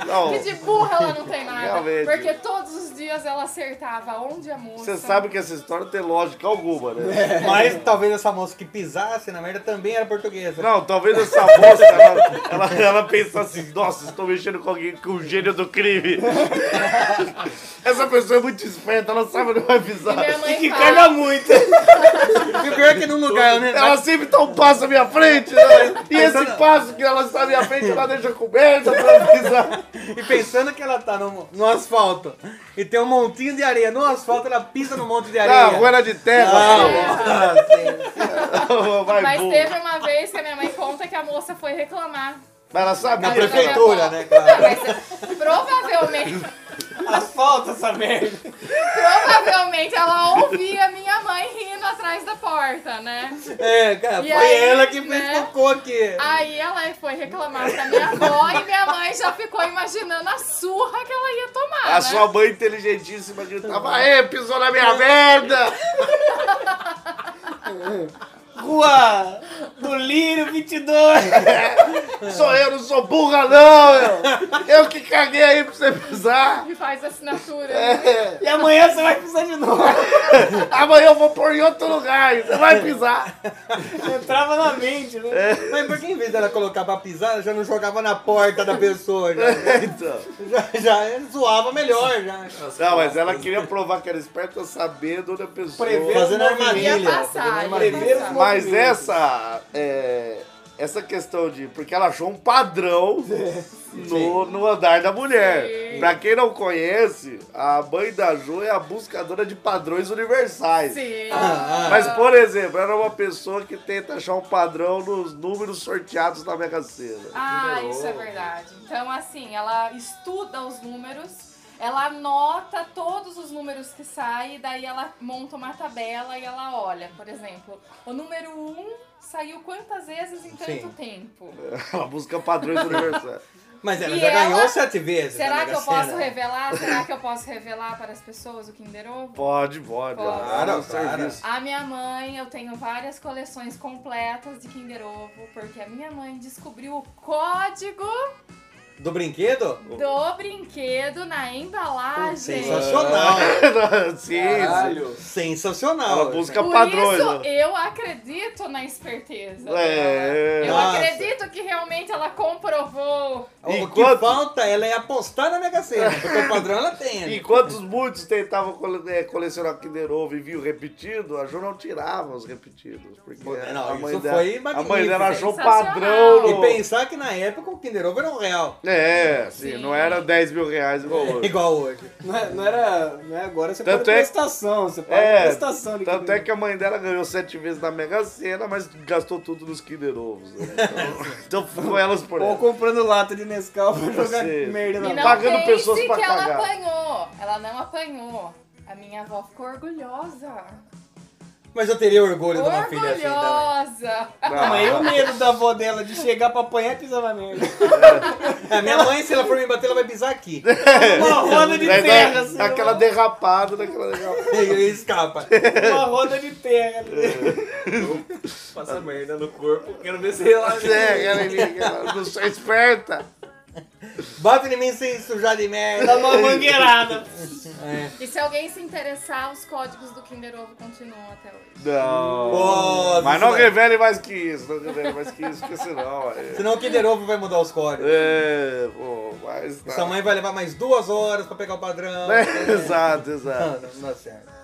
Speaker 5: Não,
Speaker 6: Que de burra ela não tem nada.
Speaker 5: Realmente.
Speaker 6: Porque todos os dias ela acertava onde a moça.
Speaker 5: você sabe que essa história não tem lógica alguma, né?
Speaker 4: Mas talvez essa moça que pisasse na merda também era portuguesa.
Speaker 5: Não, talvez essa moça, ela, ela, ela pensa assim, nossa, estou mexendo com alguém com o gênio do crime. Essa pessoa é muito esperta, ela sabe onde vai
Speaker 6: E
Speaker 5: pisar.
Speaker 6: minha mãe
Speaker 5: E que
Speaker 6: fala-
Speaker 5: caga muito.
Speaker 4: E o pior é que num lugar, né?
Speaker 5: Ela sempre dá um passo à minha frente, né? E esse passo que ela está à minha frente, ela deixa coberta pra pisar.
Speaker 4: E pensando que ela tá no, no asfalto e tem um montinho de areia no asfalto, ela pisa no monte de
Speaker 5: Ah,
Speaker 4: areia.
Speaker 5: rua era de terra.
Speaker 4: Ah,
Speaker 5: Vai,
Speaker 6: Mas
Speaker 5: burro.
Speaker 6: teve uma vez que a minha mãe conta que a moça foi reclamar
Speaker 5: Mas ela sabia.
Speaker 4: na
Speaker 5: né?
Speaker 4: prefeitura, né? Claro.
Speaker 6: Mas provavelmente,
Speaker 7: Asfalta essa merda.
Speaker 6: provavelmente ela ouvia minha mãe rindo atrás da porta, né?
Speaker 4: É, cara,
Speaker 6: E
Speaker 4: foi
Speaker 6: aí,
Speaker 4: ela que fez
Speaker 6: né?
Speaker 4: cocô aqui.
Speaker 6: Aí ela foi reclamar pra minha avó e minha mãe já ficou imaginando a surra que ela ia tomar.
Speaker 5: A
Speaker 6: né?
Speaker 5: sua mãe tá, inteligentíssima gritava, aê, pisou na minha merda!
Speaker 7: Rua do Lírio 22.
Speaker 5: Sou eu, não sou burra não, meu. Eu que caguei aí pra você pisar.
Speaker 6: E faz assinatura.
Speaker 5: É.
Speaker 7: E amanhã você vai precisar de novo.
Speaker 5: Amanhã eu vou pôr em outro lugar e você vai pisar.
Speaker 7: Entrava na mente, né?
Speaker 5: É.
Speaker 4: Mas por que em vez dela colocar pra pisar, ela já não jogava na porta da pessoa? Já,
Speaker 5: Então.
Speaker 4: já, já zoava melhor, já.
Speaker 5: Não, mas ela queria provar que era esperta sabendo onde a pessoa...
Speaker 7: Prever
Speaker 4: Fazendo
Speaker 7: os movimentos.
Speaker 4: armadilha.
Speaker 6: Ia passar, ia
Speaker 7: Primeiro
Speaker 6: passar.
Speaker 5: Mas
Speaker 7: movimento.
Speaker 5: essa é, essa questão de porque ela achou um padrão no, no andar da mulher. Pra quem não conhece, a mãe da Ju é a buscadora de padrões universais.
Speaker 6: Sim.
Speaker 5: Mas, por exemplo, era uma pessoa que tenta achar um padrão nos números sorteados na Mega Sena.
Speaker 6: Ah, isso é verdade. Então, assim, ela estuda os números, ela anota todos os números que saem, daí ela monta uma tabela e ela olha, por exemplo, o número 1 saiu quantas vezes em tanto
Speaker 4: Sim.
Speaker 6: tempo?
Speaker 5: Ela busca padrões universais.
Speaker 4: Mas ela
Speaker 6: E
Speaker 4: já
Speaker 6: ela-
Speaker 4: ganhou sete vezes. é né, na
Speaker 6: Será que
Speaker 4: Mega
Speaker 6: eu posso
Speaker 4: Sena.
Speaker 6: revelar? Será que eu posso revelar para as pessoas o Kinder Ovo?
Speaker 5: Pode, pode.
Speaker 6: Pode.
Speaker 5: Ah,
Speaker 4: Claro,
Speaker 5: não, serviço.
Speaker 6: A minha mãe, eu tenho várias coleções completas de Kinder Ovo, porque a minha mãe descobriu o código
Speaker 4: Do brinquedo?
Speaker 6: do brinquedo na embalagem.
Speaker 4: Sensacional.
Speaker 5: Não, Sim, sim.
Speaker 7: Caralho.
Speaker 4: Sensacional.
Speaker 5: É. Ela busca
Speaker 6: Por
Speaker 5: padrões.
Speaker 6: isso, é
Speaker 5: né?
Speaker 6: eu acredito na esperteza.
Speaker 5: É.
Speaker 6: dela. Eu
Speaker 4: Nossa.
Speaker 6: acredito que realmente ela comprovou.
Speaker 4: O
Speaker 5: Enquanto-
Speaker 4: que falta ela é apostar na Mega Sena, porque o padrão ela tem. né?
Speaker 5: Enquanto muitos tentavam cole- eh, colecionar Kinder Ovo e viam repetido, a Jo não tirava os repetidos. Porque
Speaker 4: não,
Speaker 5: a, mãe
Speaker 4: isso
Speaker 5: dela,
Speaker 4: foi
Speaker 5: a
Speaker 4: magnífico,
Speaker 5: mãe dela achou
Speaker 6: sensacional.
Speaker 5: padrão
Speaker 4: E
Speaker 5: no...
Speaker 4: pensar que na época o Kinder Ovo era um real,
Speaker 5: É, sim,
Speaker 6: Sim.
Speaker 5: não era 10 mil reais igual hoje.
Speaker 4: igual hoje.
Speaker 7: Não, é- não era. Não é agora você
Speaker 5: Tanto
Speaker 7: paga
Speaker 5: é-
Speaker 7: prestação. Você paga
Speaker 5: É,
Speaker 7: prestação de
Speaker 5: Tanto é
Speaker 7: Kinder.
Speaker 5: que a mãe dela ganhou sete vezes na Mega Sena, mas gastou tudo nos Kinder Ovos. né?
Speaker 7: É,
Speaker 5: Então, então ficou elas por
Speaker 7: Ou
Speaker 5: elas.
Speaker 7: comprando lata de Nescau pra jogar
Speaker 5: Sim.
Speaker 7: merda
Speaker 6: E
Speaker 7: na
Speaker 6: não
Speaker 7: boca.
Speaker 5: pagando
Speaker 6: pense
Speaker 5: pessoas pra
Speaker 6: que ela
Speaker 5: cagar.
Speaker 6: apanhou. Ela não apanhou. A minha avó ficou orgulhosa.
Speaker 4: Mas eu teria orgulho de uma filha assim também.
Speaker 6: Orgulhosa.
Speaker 5: Não,
Speaker 7: Mas e o medo da avó dela de chegar pra apanhar e pisar na merda?
Speaker 4: A minha mãe, se ela for me bater, ela vai pisar aqui.
Speaker 7: Uma roda de
Speaker 5: Daí dá-
Speaker 7: terra, assim.
Speaker 5: dá aquela derrapada, daquela derrapada.
Speaker 4: E escapa.
Speaker 7: Uma roda de terra.
Speaker 10: Passa merda no corpo, quero ver se relaxa.
Speaker 5: É, aquela- aquela- não sou esperta.
Speaker 4: Bate em mim sem sujar de
Speaker 7: Dá
Speaker 4: merda.
Speaker 7: uma mangueirada.
Speaker 6: E se alguém se interessar, os códigos do Kinder Ovo continuam até hoje.
Speaker 5: Não.
Speaker 4: Pô,
Speaker 5: Mas
Speaker 4: isso
Speaker 5: não
Speaker 7: é
Speaker 4: vai-
Speaker 5: revele mais que isso, não revele mais que isso, porque senão. É,
Speaker 4: Senão o Kinder Ovo vai mudar os códigos.
Speaker 5: é pô, mas. tá.
Speaker 4: Sua mãe vai levar mais duas horas pra pegar o padrão. é.
Speaker 5: É,
Speaker 7: né?
Speaker 5: exato,
Speaker 4: Não,
Speaker 5: exato.
Speaker 4: não dá certo.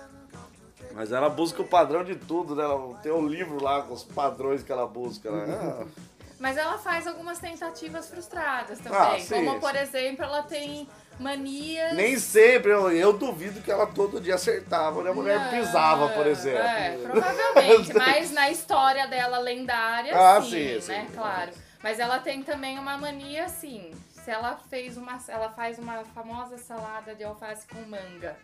Speaker 5: Mas ela busca o padrão de tudo, né? Ela tem um livro lá com os padrões que ela busca.
Speaker 7: Uhum.
Speaker 5: Né?
Speaker 6: Mas ela faz algumas tentativas frustradas também.
Speaker 5: Ah, sim,
Speaker 6: como,
Speaker 5: sim.
Speaker 6: por exemplo, ela tem manias.
Speaker 5: Ah, Nem sempre, eu, eu duvido que ela todo dia acertava, né? A mulher
Speaker 6: Não,
Speaker 5: pisava, por exemplo.
Speaker 6: É, provavelmente, mas na história dela lendária,
Speaker 5: Ah,
Speaker 6: sim,
Speaker 5: sim,
Speaker 6: né?
Speaker 5: sim.
Speaker 6: Claro. Mas ela tem também uma mania assim. Se ela fez uma. Ela faz uma famosa salada de alface com manga.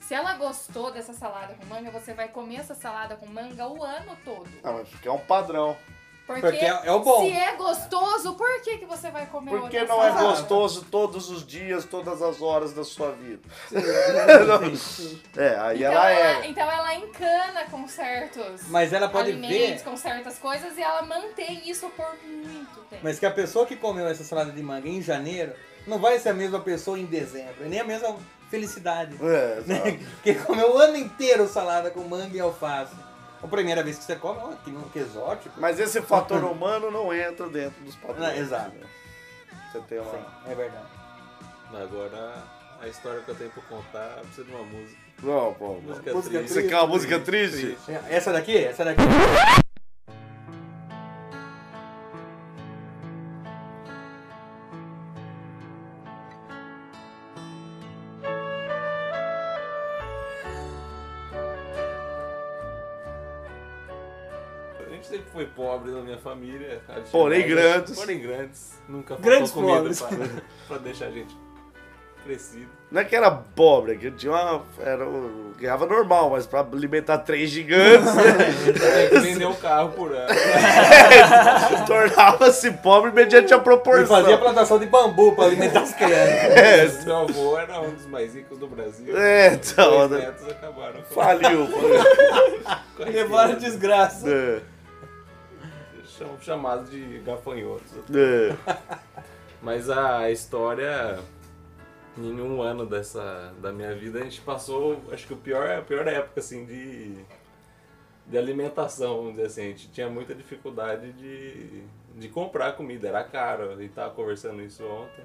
Speaker 6: Se ela gostou dessa salada com manga, você vai comer essa salada com manga o ano todo.
Speaker 5: Ah, mas porque é um padrão.
Speaker 6: Porque,
Speaker 4: Porque é é o bom.
Speaker 6: se é gostoso, por que, que você vai comer
Speaker 5: Por que
Speaker 6: outra
Speaker 5: não é
Speaker 6: salada?
Speaker 5: gostoso todos os dias, todas as horas da sua vida? é, aí
Speaker 6: Então
Speaker 5: ela
Speaker 6: ela,
Speaker 5: era.
Speaker 6: então ela encana com certos
Speaker 4: Mas ela pode ver.
Speaker 6: alimentos, com certas coisas, e ela mantém isso por muito tempo.
Speaker 4: Mas que a pessoa que comeu essa salada de manga em janeiro não vai ser a mesma pessoa em dezembro, e nem a mesma felicidade.
Speaker 5: É,
Speaker 4: Né?
Speaker 5: exato.
Speaker 4: Que comeu o ano inteiro salada com manga e alface. A primeira vez que você come, ó, um que, que exótico.
Speaker 5: Mas esse fator humano não entra dentro dos padrões.
Speaker 4: Não, exato.
Speaker 5: né? Você tem uma.
Speaker 4: Sim, é verdade.
Speaker 10: Agora a história que eu tenho pra contar precisa de uma música.
Speaker 5: Não, pô, pô.
Speaker 10: Música,
Speaker 7: Música
Speaker 10: triste.
Speaker 5: Você quer é uma música triste?
Speaker 4: Essa daqui? Essa daqui?
Speaker 10: A gente sempre foi pobre na minha família. A gente-
Speaker 5: Porém grandes.
Speaker 10: Porém grandes. Nunca faltou
Speaker 7: Grandes
Speaker 10: comida
Speaker 7: pobres.
Speaker 10: pra, pra deixar a gente. crescido.
Speaker 5: Não é que era pobre, é que tinha uma. Era, um- ganhava normal, mas pra alimentar três gigantes,
Speaker 10: Tem que vender um carro por ano.
Speaker 5: É. tornava-se pobre mediante a
Speaker 4: Ele
Speaker 5: proporção.
Speaker 4: fazia plantação de bambu pra alimentar as crianças.
Speaker 5: É,
Speaker 10: Meu avô era um dos mais ricos do Brasil.
Speaker 5: é, então,
Speaker 10: Os
Speaker 5: né?
Speaker 10: netos acabaram com
Speaker 5: Faliu.
Speaker 7: Levaram desgraça.
Speaker 5: É,
Speaker 10: são chamados de gafanhotos.
Speaker 5: é.
Speaker 10: Mas a história, em um ano dessa, da minha vida, a gente passou, acho que o pior, a pior época, assim, de, de alimentação, vamos dizer assim. A gente tinha muita dificuldade de, de comprar comida, era caro. A gente tava conversando isso ontem.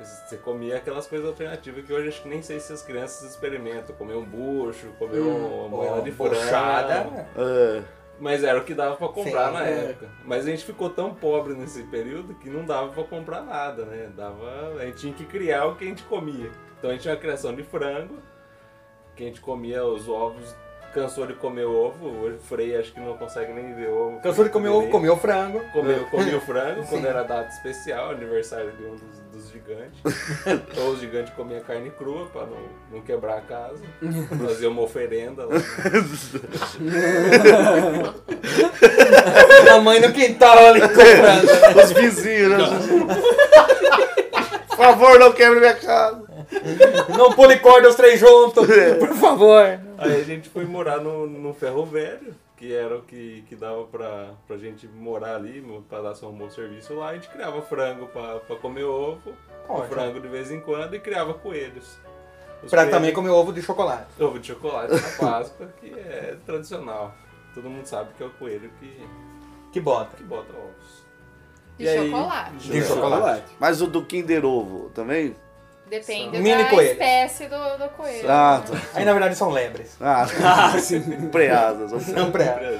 Speaker 10: Você comia aquelas coisas alternativas que hoje acho que nem sei se as crianças experimentam. Comer um bucho, comer uma moela de frango.
Speaker 4: Hum, um Bochada.
Speaker 5: É.
Speaker 10: Mas era o que dava pra comprar
Speaker 4: Sim,
Speaker 10: na
Speaker 4: é.
Speaker 10: época. Mas a gente ficou tão pobre nesse período que não dava pra comprar nada, né? Dava, a gente tinha que criar o que a gente comia. Então a gente tinha uma criação de frango, que a gente comia os ovos, cansou de comer ovo, hoje o Frei acho que não consegue nem ver ovo.
Speaker 4: Cansou de comer ovo,
Speaker 10: Direito.
Speaker 4: comeu frango.
Speaker 10: Comeu, comia o frango
Speaker 4: Sim.
Speaker 10: quando era data especial, aniversário de um dos, dos gigantes. Ou os gigantes comiam carne crua pra não, não quebrar a casa. Fazia uma oferenda lá.
Speaker 4: A mãe no quintal ali comprando.
Speaker 5: Os vizinhos, né? Por favor, não quebre minha casa.
Speaker 4: Não pule corda os três juntos, por favor.
Speaker 10: Aí a gente foi morar no, no ferro velho, que era o que, que dava pra, pra gente morar ali, pra dar um bom serviço lá. A gente criava frango pra, pra comer ovo,
Speaker 4: Ótimo.
Speaker 10: frango de vez em quando e criava coelhos. Os
Speaker 4: Pra
Speaker 10: coelhos-
Speaker 4: também comer ovo de chocolate.
Speaker 10: Ovo de chocolate na Páscoa, que é tradicional. Todo mundo sabe que é o coelho que,
Speaker 4: Que bota.
Speaker 10: que bota ovos.
Speaker 6: De
Speaker 10: E aí?
Speaker 6: chocolate.
Speaker 4: De chocolate.
Speaker 5: Mas o do Kinder Ovo também?
Speaker 6: Depende
Speaker 4: Mini
Speaker 6: da
Speaker 4: coelho.
Speaker 6: espécie do, do coelho.
Speaker 5: Ah,
Speaker 6: né?
Speaker 5: tá.
Speaker 4: Aí na verdade são lebres.
Speaker 5: Ah, preadas. ok.
Speaker 4: Não pra
Speaker 10: Brasil.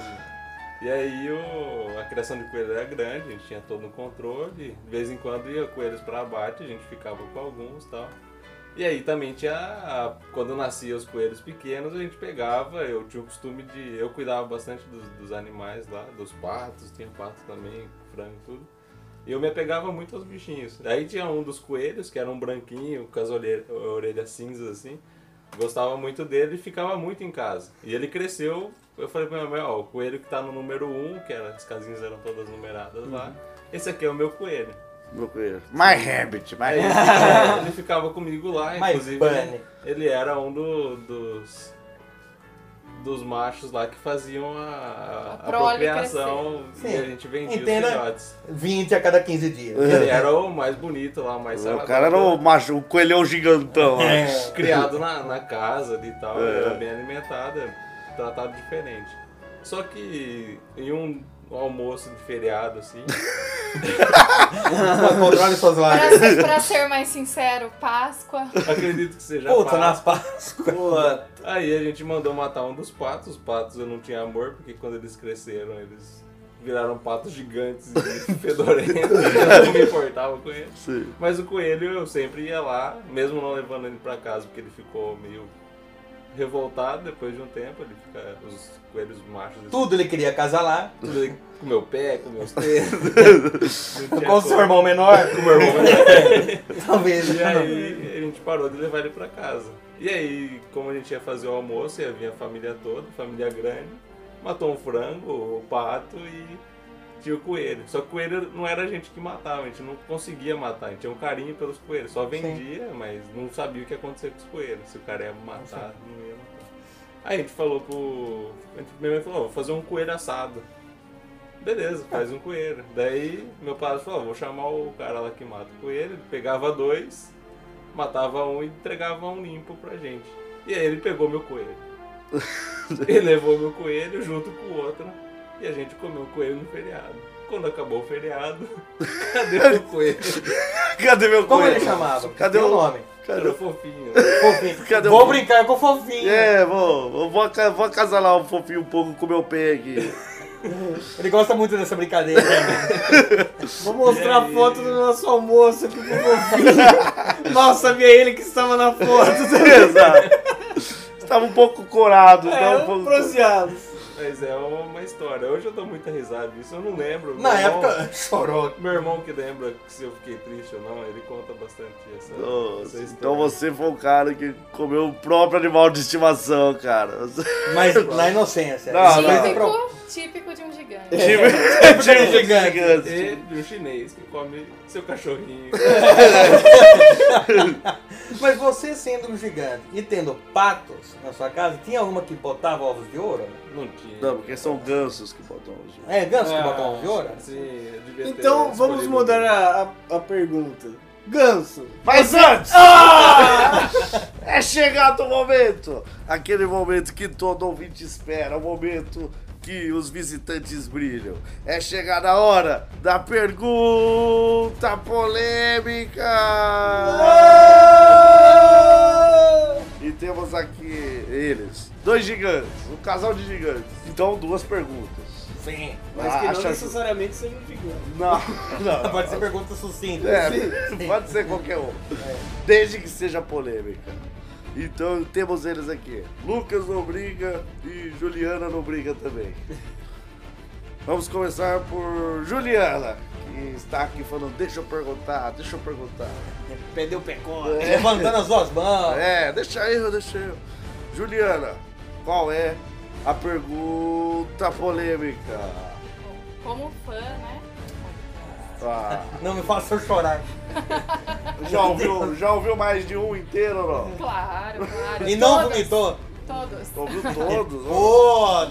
Speaker 10: E aí o- a criação de coelho era grande, a gente tinha todo no controle. De vez em quando ia coelhos para abate, a gente ficava com alguns e tal. E aí também tinha. a- quando nascia os coelhos pequenos, a gente pegava, eu tinha o costume de. Eu cuidava bastante dos, dos animais lá, dos patos, tinha pato também, frango e tudo. E eu me apegava muito aos bichinhos. Aí tinha um dos coelhos, que era um branquinho, com as orelhas orelha cinzas assim. Gostava muito dele e ficava muito em casa. E ele cresceu, eu falei pra minha mãe, ó, o coelho que tá no número 1, que era, as casinhas eram todas numeradas
Speaker 4: Uhum.
Speaker 10: lá, esse aqui é o meu coelho.
Speaker 5: Meu coelho. My Rabbit, my
Speaker 10: Aí
Speaker 4: É.
Speaker 10: ele
Speaker 5: Rabbit.
Speaker 10: ficava, ele ficava comigo lá,
Speaker 4: Mas
Speaker 10: inclusive
Speaker 4: Bunny.
Speaker 10: ele, ele era um do- dos dos machos lá que faziam a, a,
Speaker 6: A
Speaker 10: a
Speaker 6: prole
Speaker 10: procriação e
Speaker 4: Sim.
Speaker 10: a gente vendia
Speaker 4: Entenda.
Speaker 10: os filhotes.
Speaker 4: 20 a cada 15 dias.
Speaker 10: Ele era o mais bonito lá, o mais
Speaker 5: O cara era um o macho, o coelhão gigantão. né?
Speaker 4: É.
Speaker 10: criado na, na casa ali e tal,
Speaker 5: É.
Speaker 10: era bem alimentada, tratado diferente. Só que em um almoço de feriado, assim,
Speaker 4: Mas Controle suas
Speaker 6: Pra,
Speaker 4: lágrimas.
Speaker 6: ser, pra ser mais sincero, Páscoa.
Speaker 10: acredito que seja
Speaker 4: Puta,
Speaker 10: pato.
Speaker 4: nas Páscoas.
Speaker 10: Pô, Aí a gente mandou matar um dos patos, os patos eu não tinha amor, porque quando eles cresceram, eles viraram patos gigantes e fedorentos, eu não me importava com eles.
Speaker 5: Sim.
Speaker 10: Mas o coelho eu sempre ia lá, mesmo não levando ele pra casa, porque ele ficou meio revoltado depois de um tempo. Ele fica, os coelhos machos, eles
Speaker 4: Tudo ele queria casar lá.
Speaker 10: tudo aí, com meu pé, com meus dedos. Não tinha
Speaker 4: Com o seu
Speaker 10: como.
Speaker 4: irmão menor.
Speaker 10: Com meu irmão.
Speaker 4: Talvez.
Speaker 10: E aí a gente parou de levar ele pra casa. E aí, como a gente ia fazer o almoço, ia vir a família toda, família grande, matou um frango, o pato e tinha o coelho. Só que o coelho não era a gente que matava, a gente não conseguia matar, a gente tinha um carinho pelos coelhos. Só vendia, mas não sabia o que ia acontecer com os coelhos. Se o cara ia matar, não ia matar. Aí a gente falou pro. a gente- Minha mãe falou, "Ó, vou fazer um coelho assado. Beleza, faz um coelho. Daí meu pai falou, "Ó, vou chamar o cara lá que mata o coelho. Ele pegava dois, matava um e entregava um limpo pra gente. E aí ele pegou meu coelho. ele levou meu coelho junto com o outro. E a gente comeu o coelho no feriado. Quando acabou o feriado, cadê o coelho?
Speaker 5: Cadê meu
Speaker 4: Como
Speaker 5: coelho?
Speaker 4: ele chamava?
Speaker 5: Cadê
Speaker 4: Tem um
Speaker 5: o-
Speaker 4: nome?
Speaker 5: Cadê
Speaker 10: Era
Speaker 5: o...
Speaker 10: fofinho.
Speaker 4: Fofinho.
Speaker 5: Cadê o-
Speaker 4: Vou brincar com o fofinho.
Speaker 5: É, vou, eu vou, aca- vou acasalar o fofinho um pouco com meu pé aqui.
Speaker 4: Ele gosta muito dessa brincadeira. né?
Speaker 7: Vou mostrar
Speaker 10: E
Speaker 7: a
Speaker 10: aí?
Speaker 7: foto do nosso almoço aqui pro fofinho. Nossa, sabia ele que estava na foto.
Speaker 5: Exato. Estava um pouco corado,
Speaker 7: É,
Speaker 5: estava um pouco.
Speaker 7: bronzeados.
Speaker 10: Mas é uma história. Hoje eu dou muita risada disso, eu não lembro.
Speaker 4: Na
Speaker 10: Meu irmão-
Speaker 4: época,
Speaker 5: Chorou.
Speaker 10: Meu irmão que lembra se eu fiquei triste ou não, ele conta bastante essa, essa história.
Speaker 5: Então você foi o cara que comeu o próprio animal de estimação, cara. Você-
Speaker 4: mas na inocência.
Speaker 5: Não,
Speaker 4: Isso
Speaker 5: não.
Speaker 4: é pro-
Speaker 6: Típico, típico de um gigante.
Speaker 5: Tipo, tipo
Speaker 4: gigante.
Speaker 10: E de um chinês que come seu cachorrinho.
Speaker 4: Mas você sendo um gigante e tendo patos na sua casa, tinha alguma que botava ovos de ouro?
Speaker 10: Não tinha.
Speaker 5: Não, porque são gansos que botam os
Speaker 4: É, ganso que
Speaker 10: Ah,
Speaker 4: botava ovos de ouro?
Speaker 10: Sim, eu devia ter
Speaker 7: Então vamos
Speaker 10: escolhido.
Speaker 7: mudar a, a, a pergunta. Ganso, Ah!
Speaker 5: Mas antes! é chegado o momento! Aquele momento que todo ouvinte espera, o momento que os visitantes brilham. É chegada a hora da pergunta
Speaker 4: Ah!
Speaker 5: polêmica! E temos aqui eles, dois gigantes, um casal de gigantes. Então, duas perguntas. Ah,
Speaker 4: Sim.
Speaker 7: mas
Speaker 10: Ah,
Speaker 7: que não
Speaker 5: Acha-
Speaker 7: necessariamente seja um gigante.
Speaker 5: Não, não.
Speaker 4: Pode ser pergunta sucinta.
Speaker 5: Ah. É, pode ser qualquer um. Desde que seja polêmica. Então temos eles aqui. Lucas não briga e Juliana não briga também. Vamos começar por Juliana, que está aqui falando, deixa eu perguntar, deixa eu perguntar.
Speaker 7: Perdeu o pecado.
Speaker 4: Levantando as duas mãos.
Speaker 5: É, deixa eu, deixa eu. Juliana, qual é a pergunta polêmica?
Speaker 6: Como fã, né?
Speaker 5: Ah,
Speaker 4: Não me façam chorar.
Speaker 5: já, ouviu, já ouviu mais de um inteiro, não?
Speaker 6: Claro, claro.
Speaker 4: E não
Speaker 6: Todos,
Speaker 4: vomitou.
Speaker 6: Todos.
Speaker 5: Ouviu todos?
Speaker 4: Pô, ó.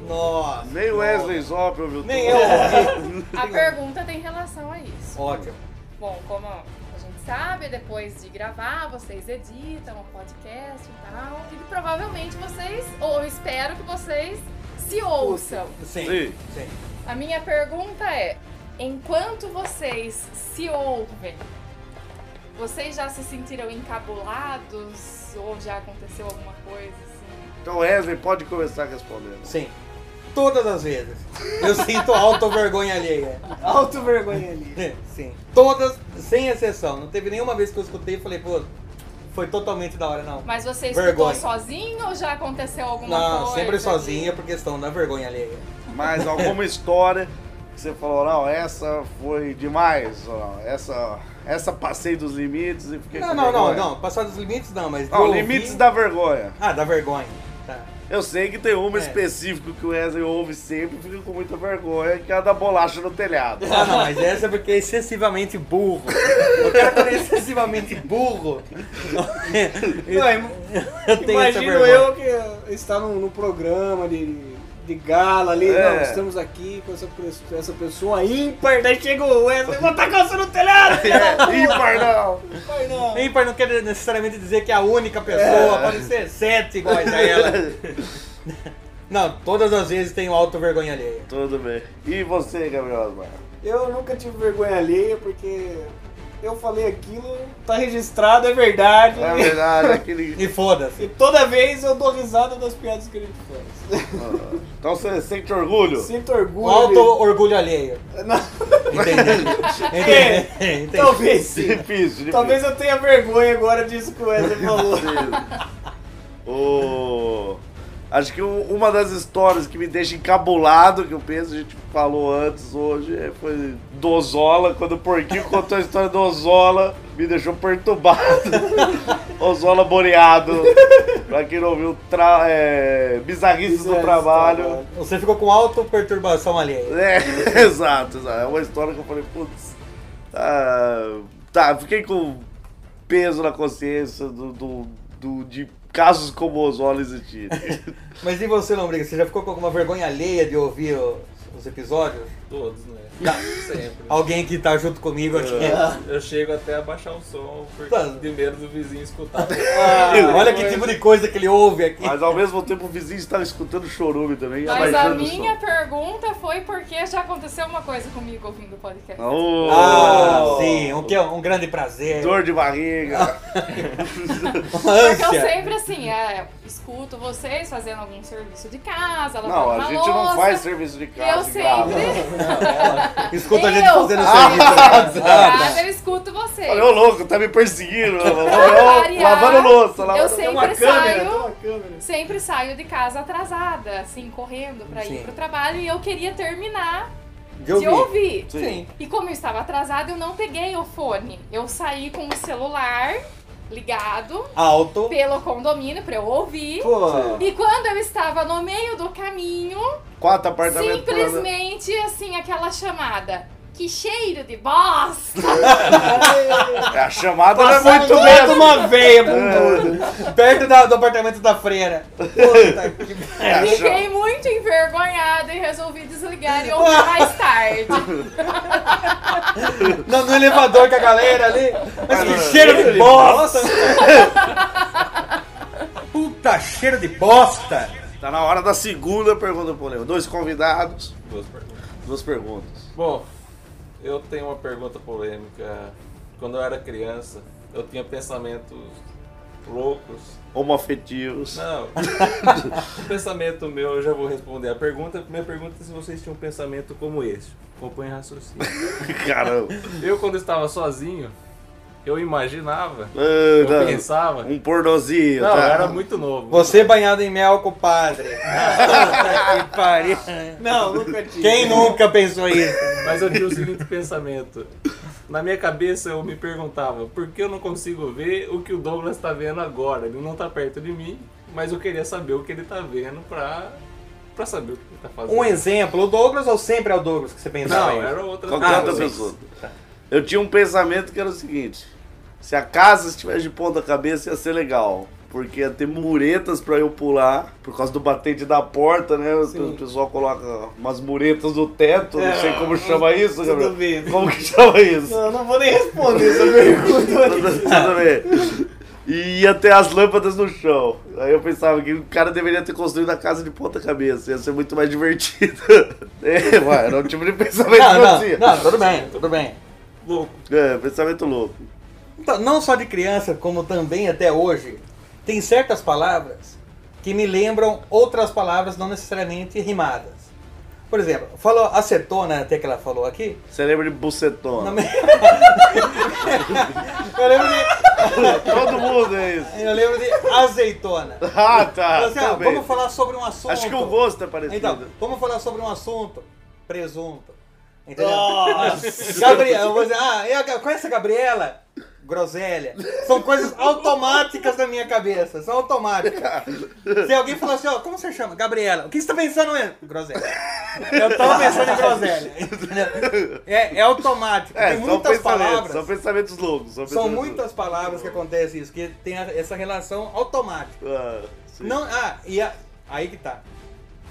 Speaker 4: Nossa.
Speaker 5: Nem o Wesley Zop ouviu
Speaker 4: Nem
Speaker 5: tudo.
Speaker 4: eu.
Speaker 6: A pergunta tem relação a isso.
Speaker 4: Ótimo.
Speaker 6: Bom, como a gente sabe, depois de gravar, vocês editam o podcast e tal. E provavelmente vocês, ou eu espero que vocês se ouçam.
Speaker 4: Sim.
Speaker 5: Sim.
Speaker 4: Sim.
Speaker 6: A minha pergunta é: enquanto vocês se ouvem, vocês já se sentiram encabulados ou já aconteceu alguma coisa assim?
Speaker 5: Então Wesley pode começar respondendo.
Speaker 4: Sim. Todas as vezes. Eu sinto alta vergonha alheia.
Speaker 7: Alto vergonha ali.
Speaker 4: Sim. Todas, sem exceção. Não teve nenhuma vez que eu escutei e falei, pô, foi totalmente da hora, não.
Speaker 6: Mas você
Speaker 4: Vergonha.
Speaker 6: escutou sozinho ou já aconteceu alguma
Speaker 4: Não,
Speaker 6: coisa?
Speaker 4: sempre
Speaker 6: que-
Speaker 4: sozinha por questão da vergonha alheia.
Speaker 5: Mas alguma história que você falou, não, essa foi demais, ó, essa, essa passei dos limites e fiquei
Speaker 4: Não,
Speaker 5: com
Speaker 4: não, não,
Speaker 5: é vergonha.
Speaker 4: não. Passar dos limites não, mas. de
Speaker 5: Não,
Speaker 4: ouvir-
Speaker 5: limites da vergonha.
Speaker 4: Ah, da vergonha. Tá.
Speaker 5: Eu sei que tem uma
Speaker 4: É.
Speaker 5: específica que o Wesley ouve sempre e fica com muita vergonha, que é a da bolacha no telhado.
Speaker 4: Ah, não, mas essa é porque é excessivamente burro. O cara quando é excessivamente burro.
Speaker 7: Não, é
Speaker 4: eu,
Speaker 7: im-
Speaker 4: tenho essa
Speaker 7: Imagino
Speaker 4: vergonha.
Speaker 7: eu que está num, num programa de, de gala ali.
Speaker 5: É.
Speaker 7: Não, estamos aqui com essa, pe- essa pessoa ímpar. Daí chega o Wesley, vou tá tacar você no telhado! filha da puta!"
Speaker 5: Ímpar não!
Speaker 7: Ímpar não.
Speaker 4: Ímpar não quer necessariamente dizer que é a única pessoa, pode ser sete iguais a ela. Não, todas as vezes tenho auto vergonha alheia.
Speaker 5: Tudo bem. E você, Gabriel Osmar?
Speaker 7: Eu nunca tive vergonha alheia porque eu falei aquilo, tá registrado, é verdade.
Speaker 5: Na verdade, aquele...
Speaker 4: E foda-se.
Speaker 7: E toda vez eu dou risada das piadas que ele faz.
Speaker 5: Então você sente orgulho?
Speaker 7: Sinto
Speaker 4: O
Speaker 7: orgulho.
Speaker 4: auto orgulho Um alheio. Entendeu?
Speaker 7: É,
Speaker 4: Entendeu? Entendeu?
Speaker 7: Talvez sim.
Speaker 5: Difícil, difícil.
Speaker 7: Talvez eu tenha vergonha agora disso que o Wesley falou.
Speaker 5: O... Acho que um- uma das histórias que me deixa encabulado, que eu penso, a gente falou antes hoje, é, foi do Ozola, quando o Porquinho contou a história do Ozola, me deixou perturbado. Ozola boreado. Pra quem não ouviu, tra... é... bizarrices do trabalho.
Speaker 4: Você ficou com auto perturbação alheia.
Speaker 5: É, exato, exato. É uma história que eu falei, putz. ah, tá, fiquei com peso na consciência do, do- do- de casos como o Ozola existirem.
Speaker 4: Mas e você, Lombriga? Você já ficou com alguma vergonha alheia de ouvir o- os episódios?
Speaker 10: Todos, né? Sempre.
Speaker 4: Alguém que tá junto comigo aqui.
Speaker 10: Eu chego até a baixar o som, porque
Speaker 4: Tá.
Speaker 10: de medo do vizinho escutar.
Speaker 4: Ah, olha que tipo de coisa que ele ouve aqui.
Speaker 5: Mas ao mesmo tempo o vizinho estava escutando chorume também.
Speaker 6: Mas a
Speaker 5: abaixando o
Speaker 6: minha
Speaker 5: som.
Speaker 6: pergunta foi porque já aconteceu uma coisa comigo ouvindo o podcast.
Speaker 5: Oh,
Speaker 4: Ah, sim, um, que é um grande prazer.
Speaker 5: Dor de barriga.
Speaker 4: Uma
Speaker 6: Porque eu
Speaker 4: ânsia.
Speaker 6: sempre assim, é, escuto vocês fazendo algum serviço de casa, lavando
Speaker 5: Não, a
Speaker 6: uma
Speaker 5: gente não
Speaker 6: louça.
Speaker 5: faz serviço de
Speaker 6: Eu
Speaker 5: casa e grava.
Speaker 6: sempre.
Speaker 4: Escuta a gente
Speaker 6: Eu.
Speaker 4: fazendo tá serviço.
Speaker 6: Casa, eu escuto vocês.
Speaker 5: Olha, ô louco, tá me perseguindo. Ô, ô,
Speaker 6: Pra
Speaker 5: ô,
Speaker 6: variar,
Speaker 5: lavando louça. Lavando...
Speaker 6: eu
Speaker 5: Tem
Speaker 6: sempre saio-
Speaker 5: tem uma câmera.
Speaker 6: Sempre saio de casa atrasada, assim, correndo pra
Speaker 4: Sim.
Speaker 6: ir pro trabalho e eu queria terminar
Speaker 4: De
Speaker 6: de ouvir.
Speaker 4: Sim.
Speaker 6: E como eu estava atrasada, eu não peguei o fone. Eu saí com o celular ligado
Speaker 4: Alto.
Speaker 6: pelo condomínio pra eu ouvir.
Speaker 4: Pô.
Speaker 6: E quando eu estava no meio do caminho,
Speaker 5: Quatro apartamentos. por ano.
Speaker 6: simplesmente assim, aquela chamada. Que cheiro de bosta!
Speaker 5: É, A chamada não é
Speaker 4: Passou
Speaker 5: muito
Speaker 4: mais
Speaker 5: mesmo.
Speaker 4: uma veia
Speaker 10: É.
Speaker 4: bunduda. Perto da- do apartamento da freira. Puta que
Speaker 5: É, a cha-
Speaker 6: Fiquei muito envergonhada e resolvi desligar e ouvir mais tarde.
Speaker 4: No, no elevador com a galera ali. Mas que cheiro de bosta! Puta cheiro de bosta!
Speaker 5: Tá na hora da segunda pergunta pro Leo. Dois convidados,
Speaker 10: Duas perguntas.
Speaker 5: duas perguntas.
Speaker 10: Bom, eu tenho uma pergunta polêmica. Quando eu era criança, eu tinha pensamentos loucos.
Speaker 5: Homoafetivos.
Speaker 10: Não, o pensamento meu, eu já vou responder a pergunta. Minha pergunta é se vocês tinham um pensamento como esse. Acompanhe raciocínio.
Speaker 5: Caramba.
Speaker 10: Eu, quando estava sozinho, eu imaginava, eu
Speaker 5: Ah, não.
Speaker 10: pensava...
Speaker 5: Um pornozinho,
Speaker 10: Não, eu
Speaker 5: tá?
Speaker 10: era muito novo.
Speaker 4: Você banhado em mel, compadre. Puta que pariu.
Speaker 7: Não, nunca tive.
Speaker 4: Quem nunca pensou isso?
Speaker 10: Mas eu tinha o seguinte pensamento. Na minha cabeça eu me perguntava por que eu não consigo ver o que o Douglas tá vendo agora. Ele não tá perto de mim, mas eu queria saber o que ele tá vendo pra, pra saber o que ele tá fazendo.
Speaker 4: Um exemplo, o Douglas ou sempre é o Douglas que você pensava?
Speaker 10: Não,
Speaker 4: isso?
Speaker 10: era outra
Speaker 5: Qualquer é outra pessoa. Eu tinha um pensamento que era o seguinte: se a casa estivesse de ponta cabeça, ia ser legal. Porque ia ter muretas pra eu pular, por causa do batente da porta, né? O pessoal coloca umas muretas no teto, não sei como chama isso,
Speaker 7: tudo
Speaker 5: Gabriel.
Speaker 7: bem.
Speaker 5: Como que chama isso?
Speaker 7: Eu não vou nem responder essa pergunta.
Speaker 5: Tudo- tudo bem. E ia ter as lâmpadas no chão. Aí eu pensava que o cara deveria ter construído a casa de ponta cabeça. Ia ser muito mais divertido. É, ué, era um tipo de pensamento
Speaker 4: Não,
Speaker 5: que eu tinha.
Speaker 4: não, não, tudo bem, tudo bem.
Speaker 10: Louco.
Speaker 5: É, pensamento louco.
Speaker 4: Então, não só de criança, como também até hoje, tem certas palavras que me lembram outras palavras não necessariamente rimadas. Por exemplo, falou acetona, até que ela falou aqui.
Speaker 5: Você lembra de bucetona?
Speaker 4: Não me- eu, lembro de,
Speaker 5: Todo mundo é isso.
Speaker 4: eu lembro de azeitona.
Speaker 5: Ah, tá.
Speaker 4: Assim, ah,
Speaker 5: também.
Speaker 4: vamos falar sobre um assunto.
Speaker 5: Acho que o gosto é parecido.
Speaker 4: Então, vamos falar sobre um assunto. Presunto. Entendeu? Gabriela, eu vou dizer, ah, e a, Ga- conhece a Gabriela? Groselha. São coisas automáticas na minha cabeça. São automáticas. Se alguém falar assim, ó, como você chama? Gabriela. O que você tá pensando mesmo? Groselha. Eu tava pensando em groselha. entendeu? É, é automático.
Speaker 5: é,
Speaker 4: tem
Speaker 5: são
Speaker 4: muitas
Speaker 5: pensamentos,
Speaker 4: palavras.
Speaker 5: são pensamentos loucos.
Speaker 4: São
Speaker 5: São, pensamentos
Speaker 4: muitas palavras que acontecem isso, que tem a- essa relação automática.
Speaker 5: loucos. Ah, sim.
Speaker 4: Não, ah, e a- aí que tá.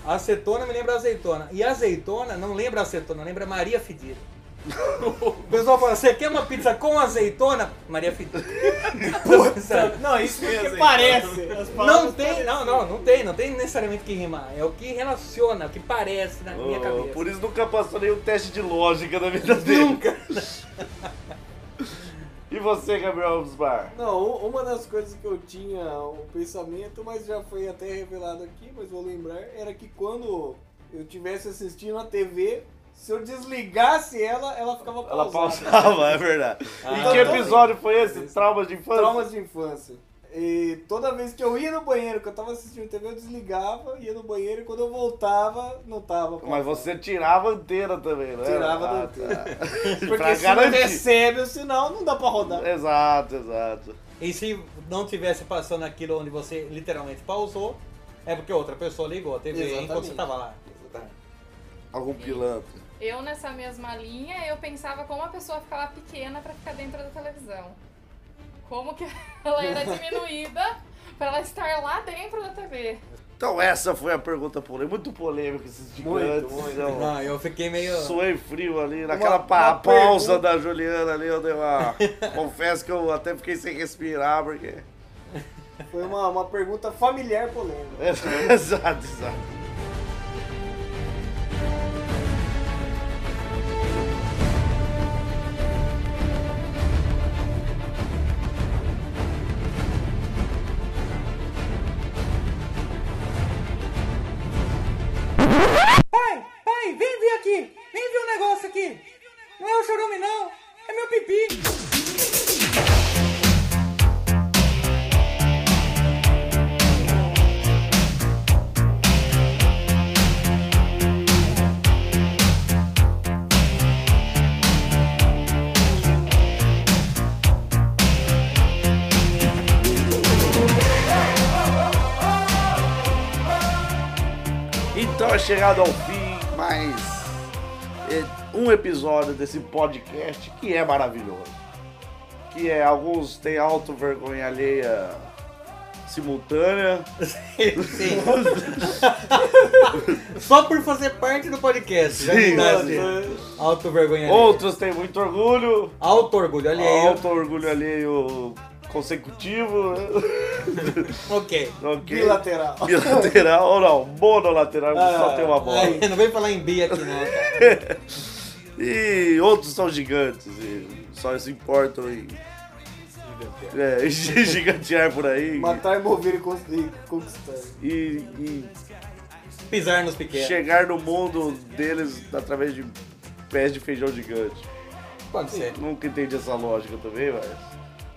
Speaker 4: Acetona me lembra azeitona. E azeitona não lembra acetona, lembra Maria Fedida. O pessoal fala, você quer uma pizza com azeitona? Maria Fedida. Puta.
Speaker 7: Não, isso então. porque parece. As
Speaker 4: Não
Speaker 7: palavras
Speaker 4: tem, não, não, não tem, não tem necessariamente que rimar. É o que relaciona, o que parece na minha
Speaker 5: Oh,
Speaker 4: cabeça.
Speaker 5: por isso nunca passou nenhum teste de lógica na vida dele.
Speaker 4: Nunca.
Speaker 5: E você, Gabriel Alves Bar?
Speaker 7: Não, u- uma das coisas que eu tinha o pensamento, mas já foi até revelado aqui, mas vou lembrar, era que quando eu estivesse assistindo a TV, se eu desligasse ela, ela ficava pausada.
Speaker 5: Ela pausava, é verdade. e que episódio foi esse? Traumas de infância?
Speaker 7: Traumas de infância. E toda vez que eu ia no banheiro, que eu tava assistindo TV, eu desligava, ia no banheiro e quando eu voltava, não tava.
Speaker 5: Mas você tirava a antena também, né? tá.
Speaker 7: Tirava da antena. Porque
Speaker 5: pra
Speaker 7: se não
Speaker 5: garantir.
Speaker 7: recebe o sinal, não dá pra rodar.
Speaker 5: Exato, exato.
Speaker 4: E se não tivesse passando aquilo onde você literalmente pausou, é porque outra pessoa ligou a TV enquanto
Speaker 7: Exatamente.
Speaker 4: você tava lá.
Speaker 5: Algum pilantra.
Speaker 6: Eu, nessa mesma linha, eu pensava como a pessoa ficava pequena pra ficar dentro da televisão. Como que ela era diminuída pra ela estar lá dentro da TV.
Speaker 5: Então essa foi a pergunta polêmica. Muito polêmica esses gigantes. né? são-
Speaker 4: Não, eu fiquei meio...
Speaker 5: Suei frio ali, naquela pa-
Speaker 7: uma
Speaker 5: pausa
Speaker 7: pergunta.
Speaker 5: da Juliana ali, eu dei uma. Confesso que eu até fiquei sem respirar, porque.
Speaker 7: Foi uma, uma pergunta familiar polêmica.
Speaker 5: exato, exato. está Então é chegado ao fim, mais é, um episódio desse podcast que é maravilhoso. Que é, alguns têm auto vergonha alheia simultânea.
Speaker 4: Só por fazer parte do podcast. Já
Speaker 5: Sim,
Speaker 4: me dá
Speaker 7: É,
Speaker 4: esse auto-vergonha.
Speaker 5: Outros têm muito orgulho.
Speaker 4: Auto-orgulho, olha aí.
Speaker 5: Alto orgulho alheio consecutivo. né?
Speaker 4: Ok.
Speaker 5: ok.
Speaker 7: Bilateral.
Speaker 5: Bilateral ou não, monolateral,
Speaker 7: Ah,
Speaker 5: só tem uma bola.
Speaker 4: Ai, não vem falar em bi aqui, não. cara.
Speaker 5: E outros são gigantes e só se importam em. É, em gigantear por aí
Speaker 7: Matar, mover e cons- e conquistar.
Speaker 5: e, e
Speaker 4: Pisar nos pequenos.
Speaker 5: chegar no mundo deles através de pés de feijão gigante.
Speaker 4: Pode ser.
Speaker 5: Nunca entendi essa lógica também, mas.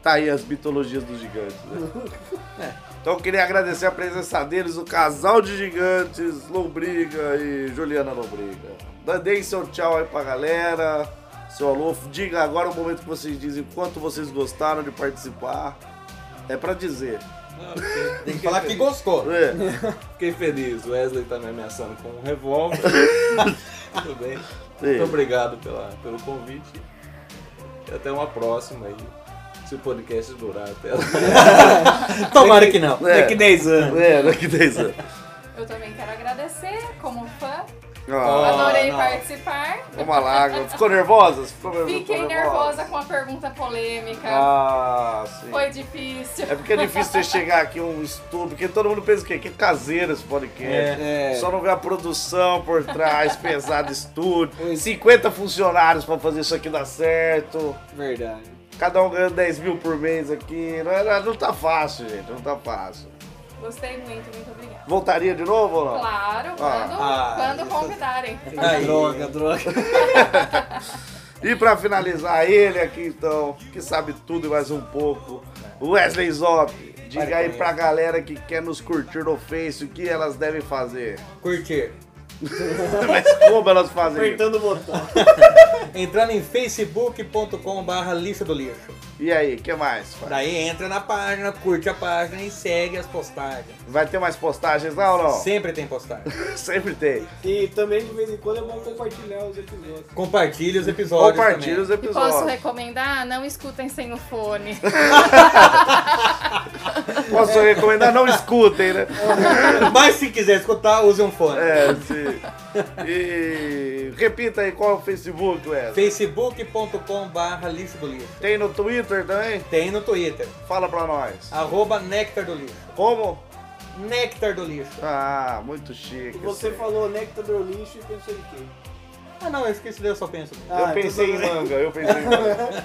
Speaker 5: Tá aí as mitologias dos gigantes, né? Então eu queria agradecer a presença deles, o casal de gigantes, Lombriga e Juliana Lombriga. Mandei seu tchau aí pra galera, seu alô. Diga agora o momento que vocês dizem quanto vocês gostaram de participar. É pra dizer.
Speaker 4: Tem que falar que gostou.
Speaker 5: É.
Speaker 10: Fiquei feliz, Wesley tá me ameaçando com um revólver. Tudo bem.
Speaker 5: Sim.
Speaker 10: Muito obrigado pela, pelo convite. E até uma próxima aí. Se o podcast durar até lá.
Speaker 4: Tomara que não.
Speaker 5: Daqui 10 anos. É, daqui 10 anos.
Speaker 6: Eu também quero agradecer como fã.
Speaker 5: Ah,
Speaker 6: Adorei
Speaker 4: não.
Speaker 6: participar.
Speaker 5: uma lágrima. Ficou nervosa? Ficou nervosa?
Speaker 6: Fiquei nervosa com a pergunta polêmica.
Speaker 5: Ah, sim.
Speaker 6: Foi difícil.
Speaker 5: É porque é difícil você chegar aqui um estudo, porque todo mundo pensa o quê? Que é caseiro esse podcast.
Speaker 7: É.
Speaker 5: Só não vê a produção por trás, pesado estúdio.
Speaker 7: Pois.
Speaker 5: 50 funcionários pra fazer isso aqui dar certo.
Speaker 7: Verdade.
Speaker 5: Cada um ganhando 10 mil por mês aqui. Não, é- não tá fácil, gente. Não tá fácil.
Speaker 6: Gostei muito, muito obrigada.
Speaker 5: Voltaria de novo ou não?
Speaker 6: Claro, quando,
Speaker 4: Ah,
Speaker 6: quando
Speaker 4: isso-
Speaker 6: convidarem.
Speaker 4: Aí.
Speaker 7: Droga, droga.
Speaker 5: E pra finalizar, ele aqui então, que sabe tudo e mais um pouco, Wesley Zop. Diga aí pra galera que quer nos curtir no Face o que elas devem fazer.
Speaker 4: Curtir.
Speaker 5: Mas como elas fazem isso?
Speaker 7: Apertando o botão.
Speaker 4: Entrando em facebook.com.br lixo do lixo.
Speaker 5: E aí, o que mais? Fábio?
Speaker 4: Daí entra na página, curte a página e segue as postagens.
Speaker 5: Vai ter mais postagens lá ou não?
Speaker 4: Sempre tem postagem.
Speaker 5: Sempre tem.
Speaker 7: E também de vez em quando é bom compartilhar os episódios.
Speaker 4: Compartilhe os episódios.
Speaker 5: Compartilha os
Speaker 6: E posso
Speaker 5: episódios.
Speaker 6: recomendar? Não escutem sem o fone.
Speaker 5: Posso, recomendar? Não escutem, né?
Speaker 4: também. Mas se quiser escutar, use um fone.
Speaker 5: É, sim. E repita aí qual é o Facebook, Wesley.
Speaker 4: facebook.com.br lixo do lixo.
Speaker 5: Tem no Twitter também?
Speaker 4: Tem no Twitter,
Speaker 5: Fala pra nós.
Speaker 7: Ah.
Speaker 4: arroba Nectar do Lixo.
Speaker 5: Como?
Speaker 4: Nectar do Lixo.
Speaker 5: Ah, muito chique.
Speaker 7: E você falou Nectador lixo e pensou em quem?
Speaker 4: Ah não, eu esqueci, eu só penso nisso.
Speaker 5: Eu
Speaker 7: Ah,
Speaker 5: pensei em
Speaker 7: então tá bem.
Speaker 5: manga, eu pensei em manga.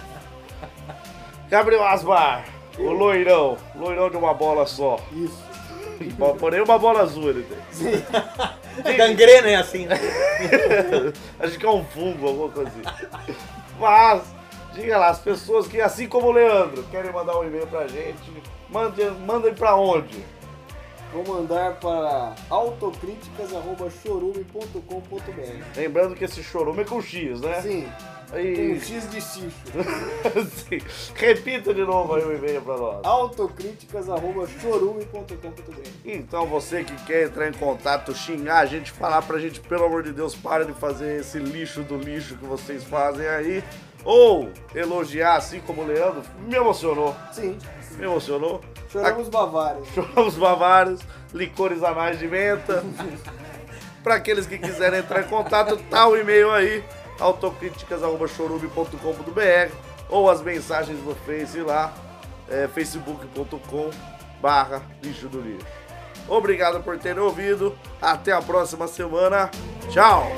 Speaker 5: Gabriel Asmar, o loirão. Loirão de uma bola só.
Speaker 7: Isso.
Speaker 5: Porém, uma bola azul ele tem.
Speaker 4: É gangrena é assim, né?
Speaker 5: Acho que é um fungo, alguma coisa assim. Mas, diga lá, as pessoas que, assim como o Leandro, querem mandar um e-mail pra gente, mandem, mandem pra onde?
Speaker 7: Vou mandar para autocríticas.chorume.com.br
Speaker 5: Lembrando que esse chorume é com X, né?
Speaker 7: Sim, um
Speaker 5: E...
Speaker 7: X de xixo.
Speaker 5: Sim. Repita de novo aí o e-mail pra nós.
Speaker 7: autocríticas.chorume.com.br
Speaker 5: Então você que quer entrar em contato, xingar a gente, falar pra gente, pelo amor de Deus, para de fazer esse lixo do lixo que vocês fazem aí. Ou elogiar, assim como o Leandro, me emocionou,
Speaker 7: Sim,
Speaker 5: me emocionou.
Speaker 7: choramos bavários.
Speaker 5: Choramos bavários, licores anais de menta. Para aqueles que quiserem entrar em contato, tá o e-mail aí, autocríticas.chorube.com.br ou as mensagens no Face lá, é, facebook.com barra lixo do lixo. Obrigado por terem ouvido, até a próxima semana, tchau!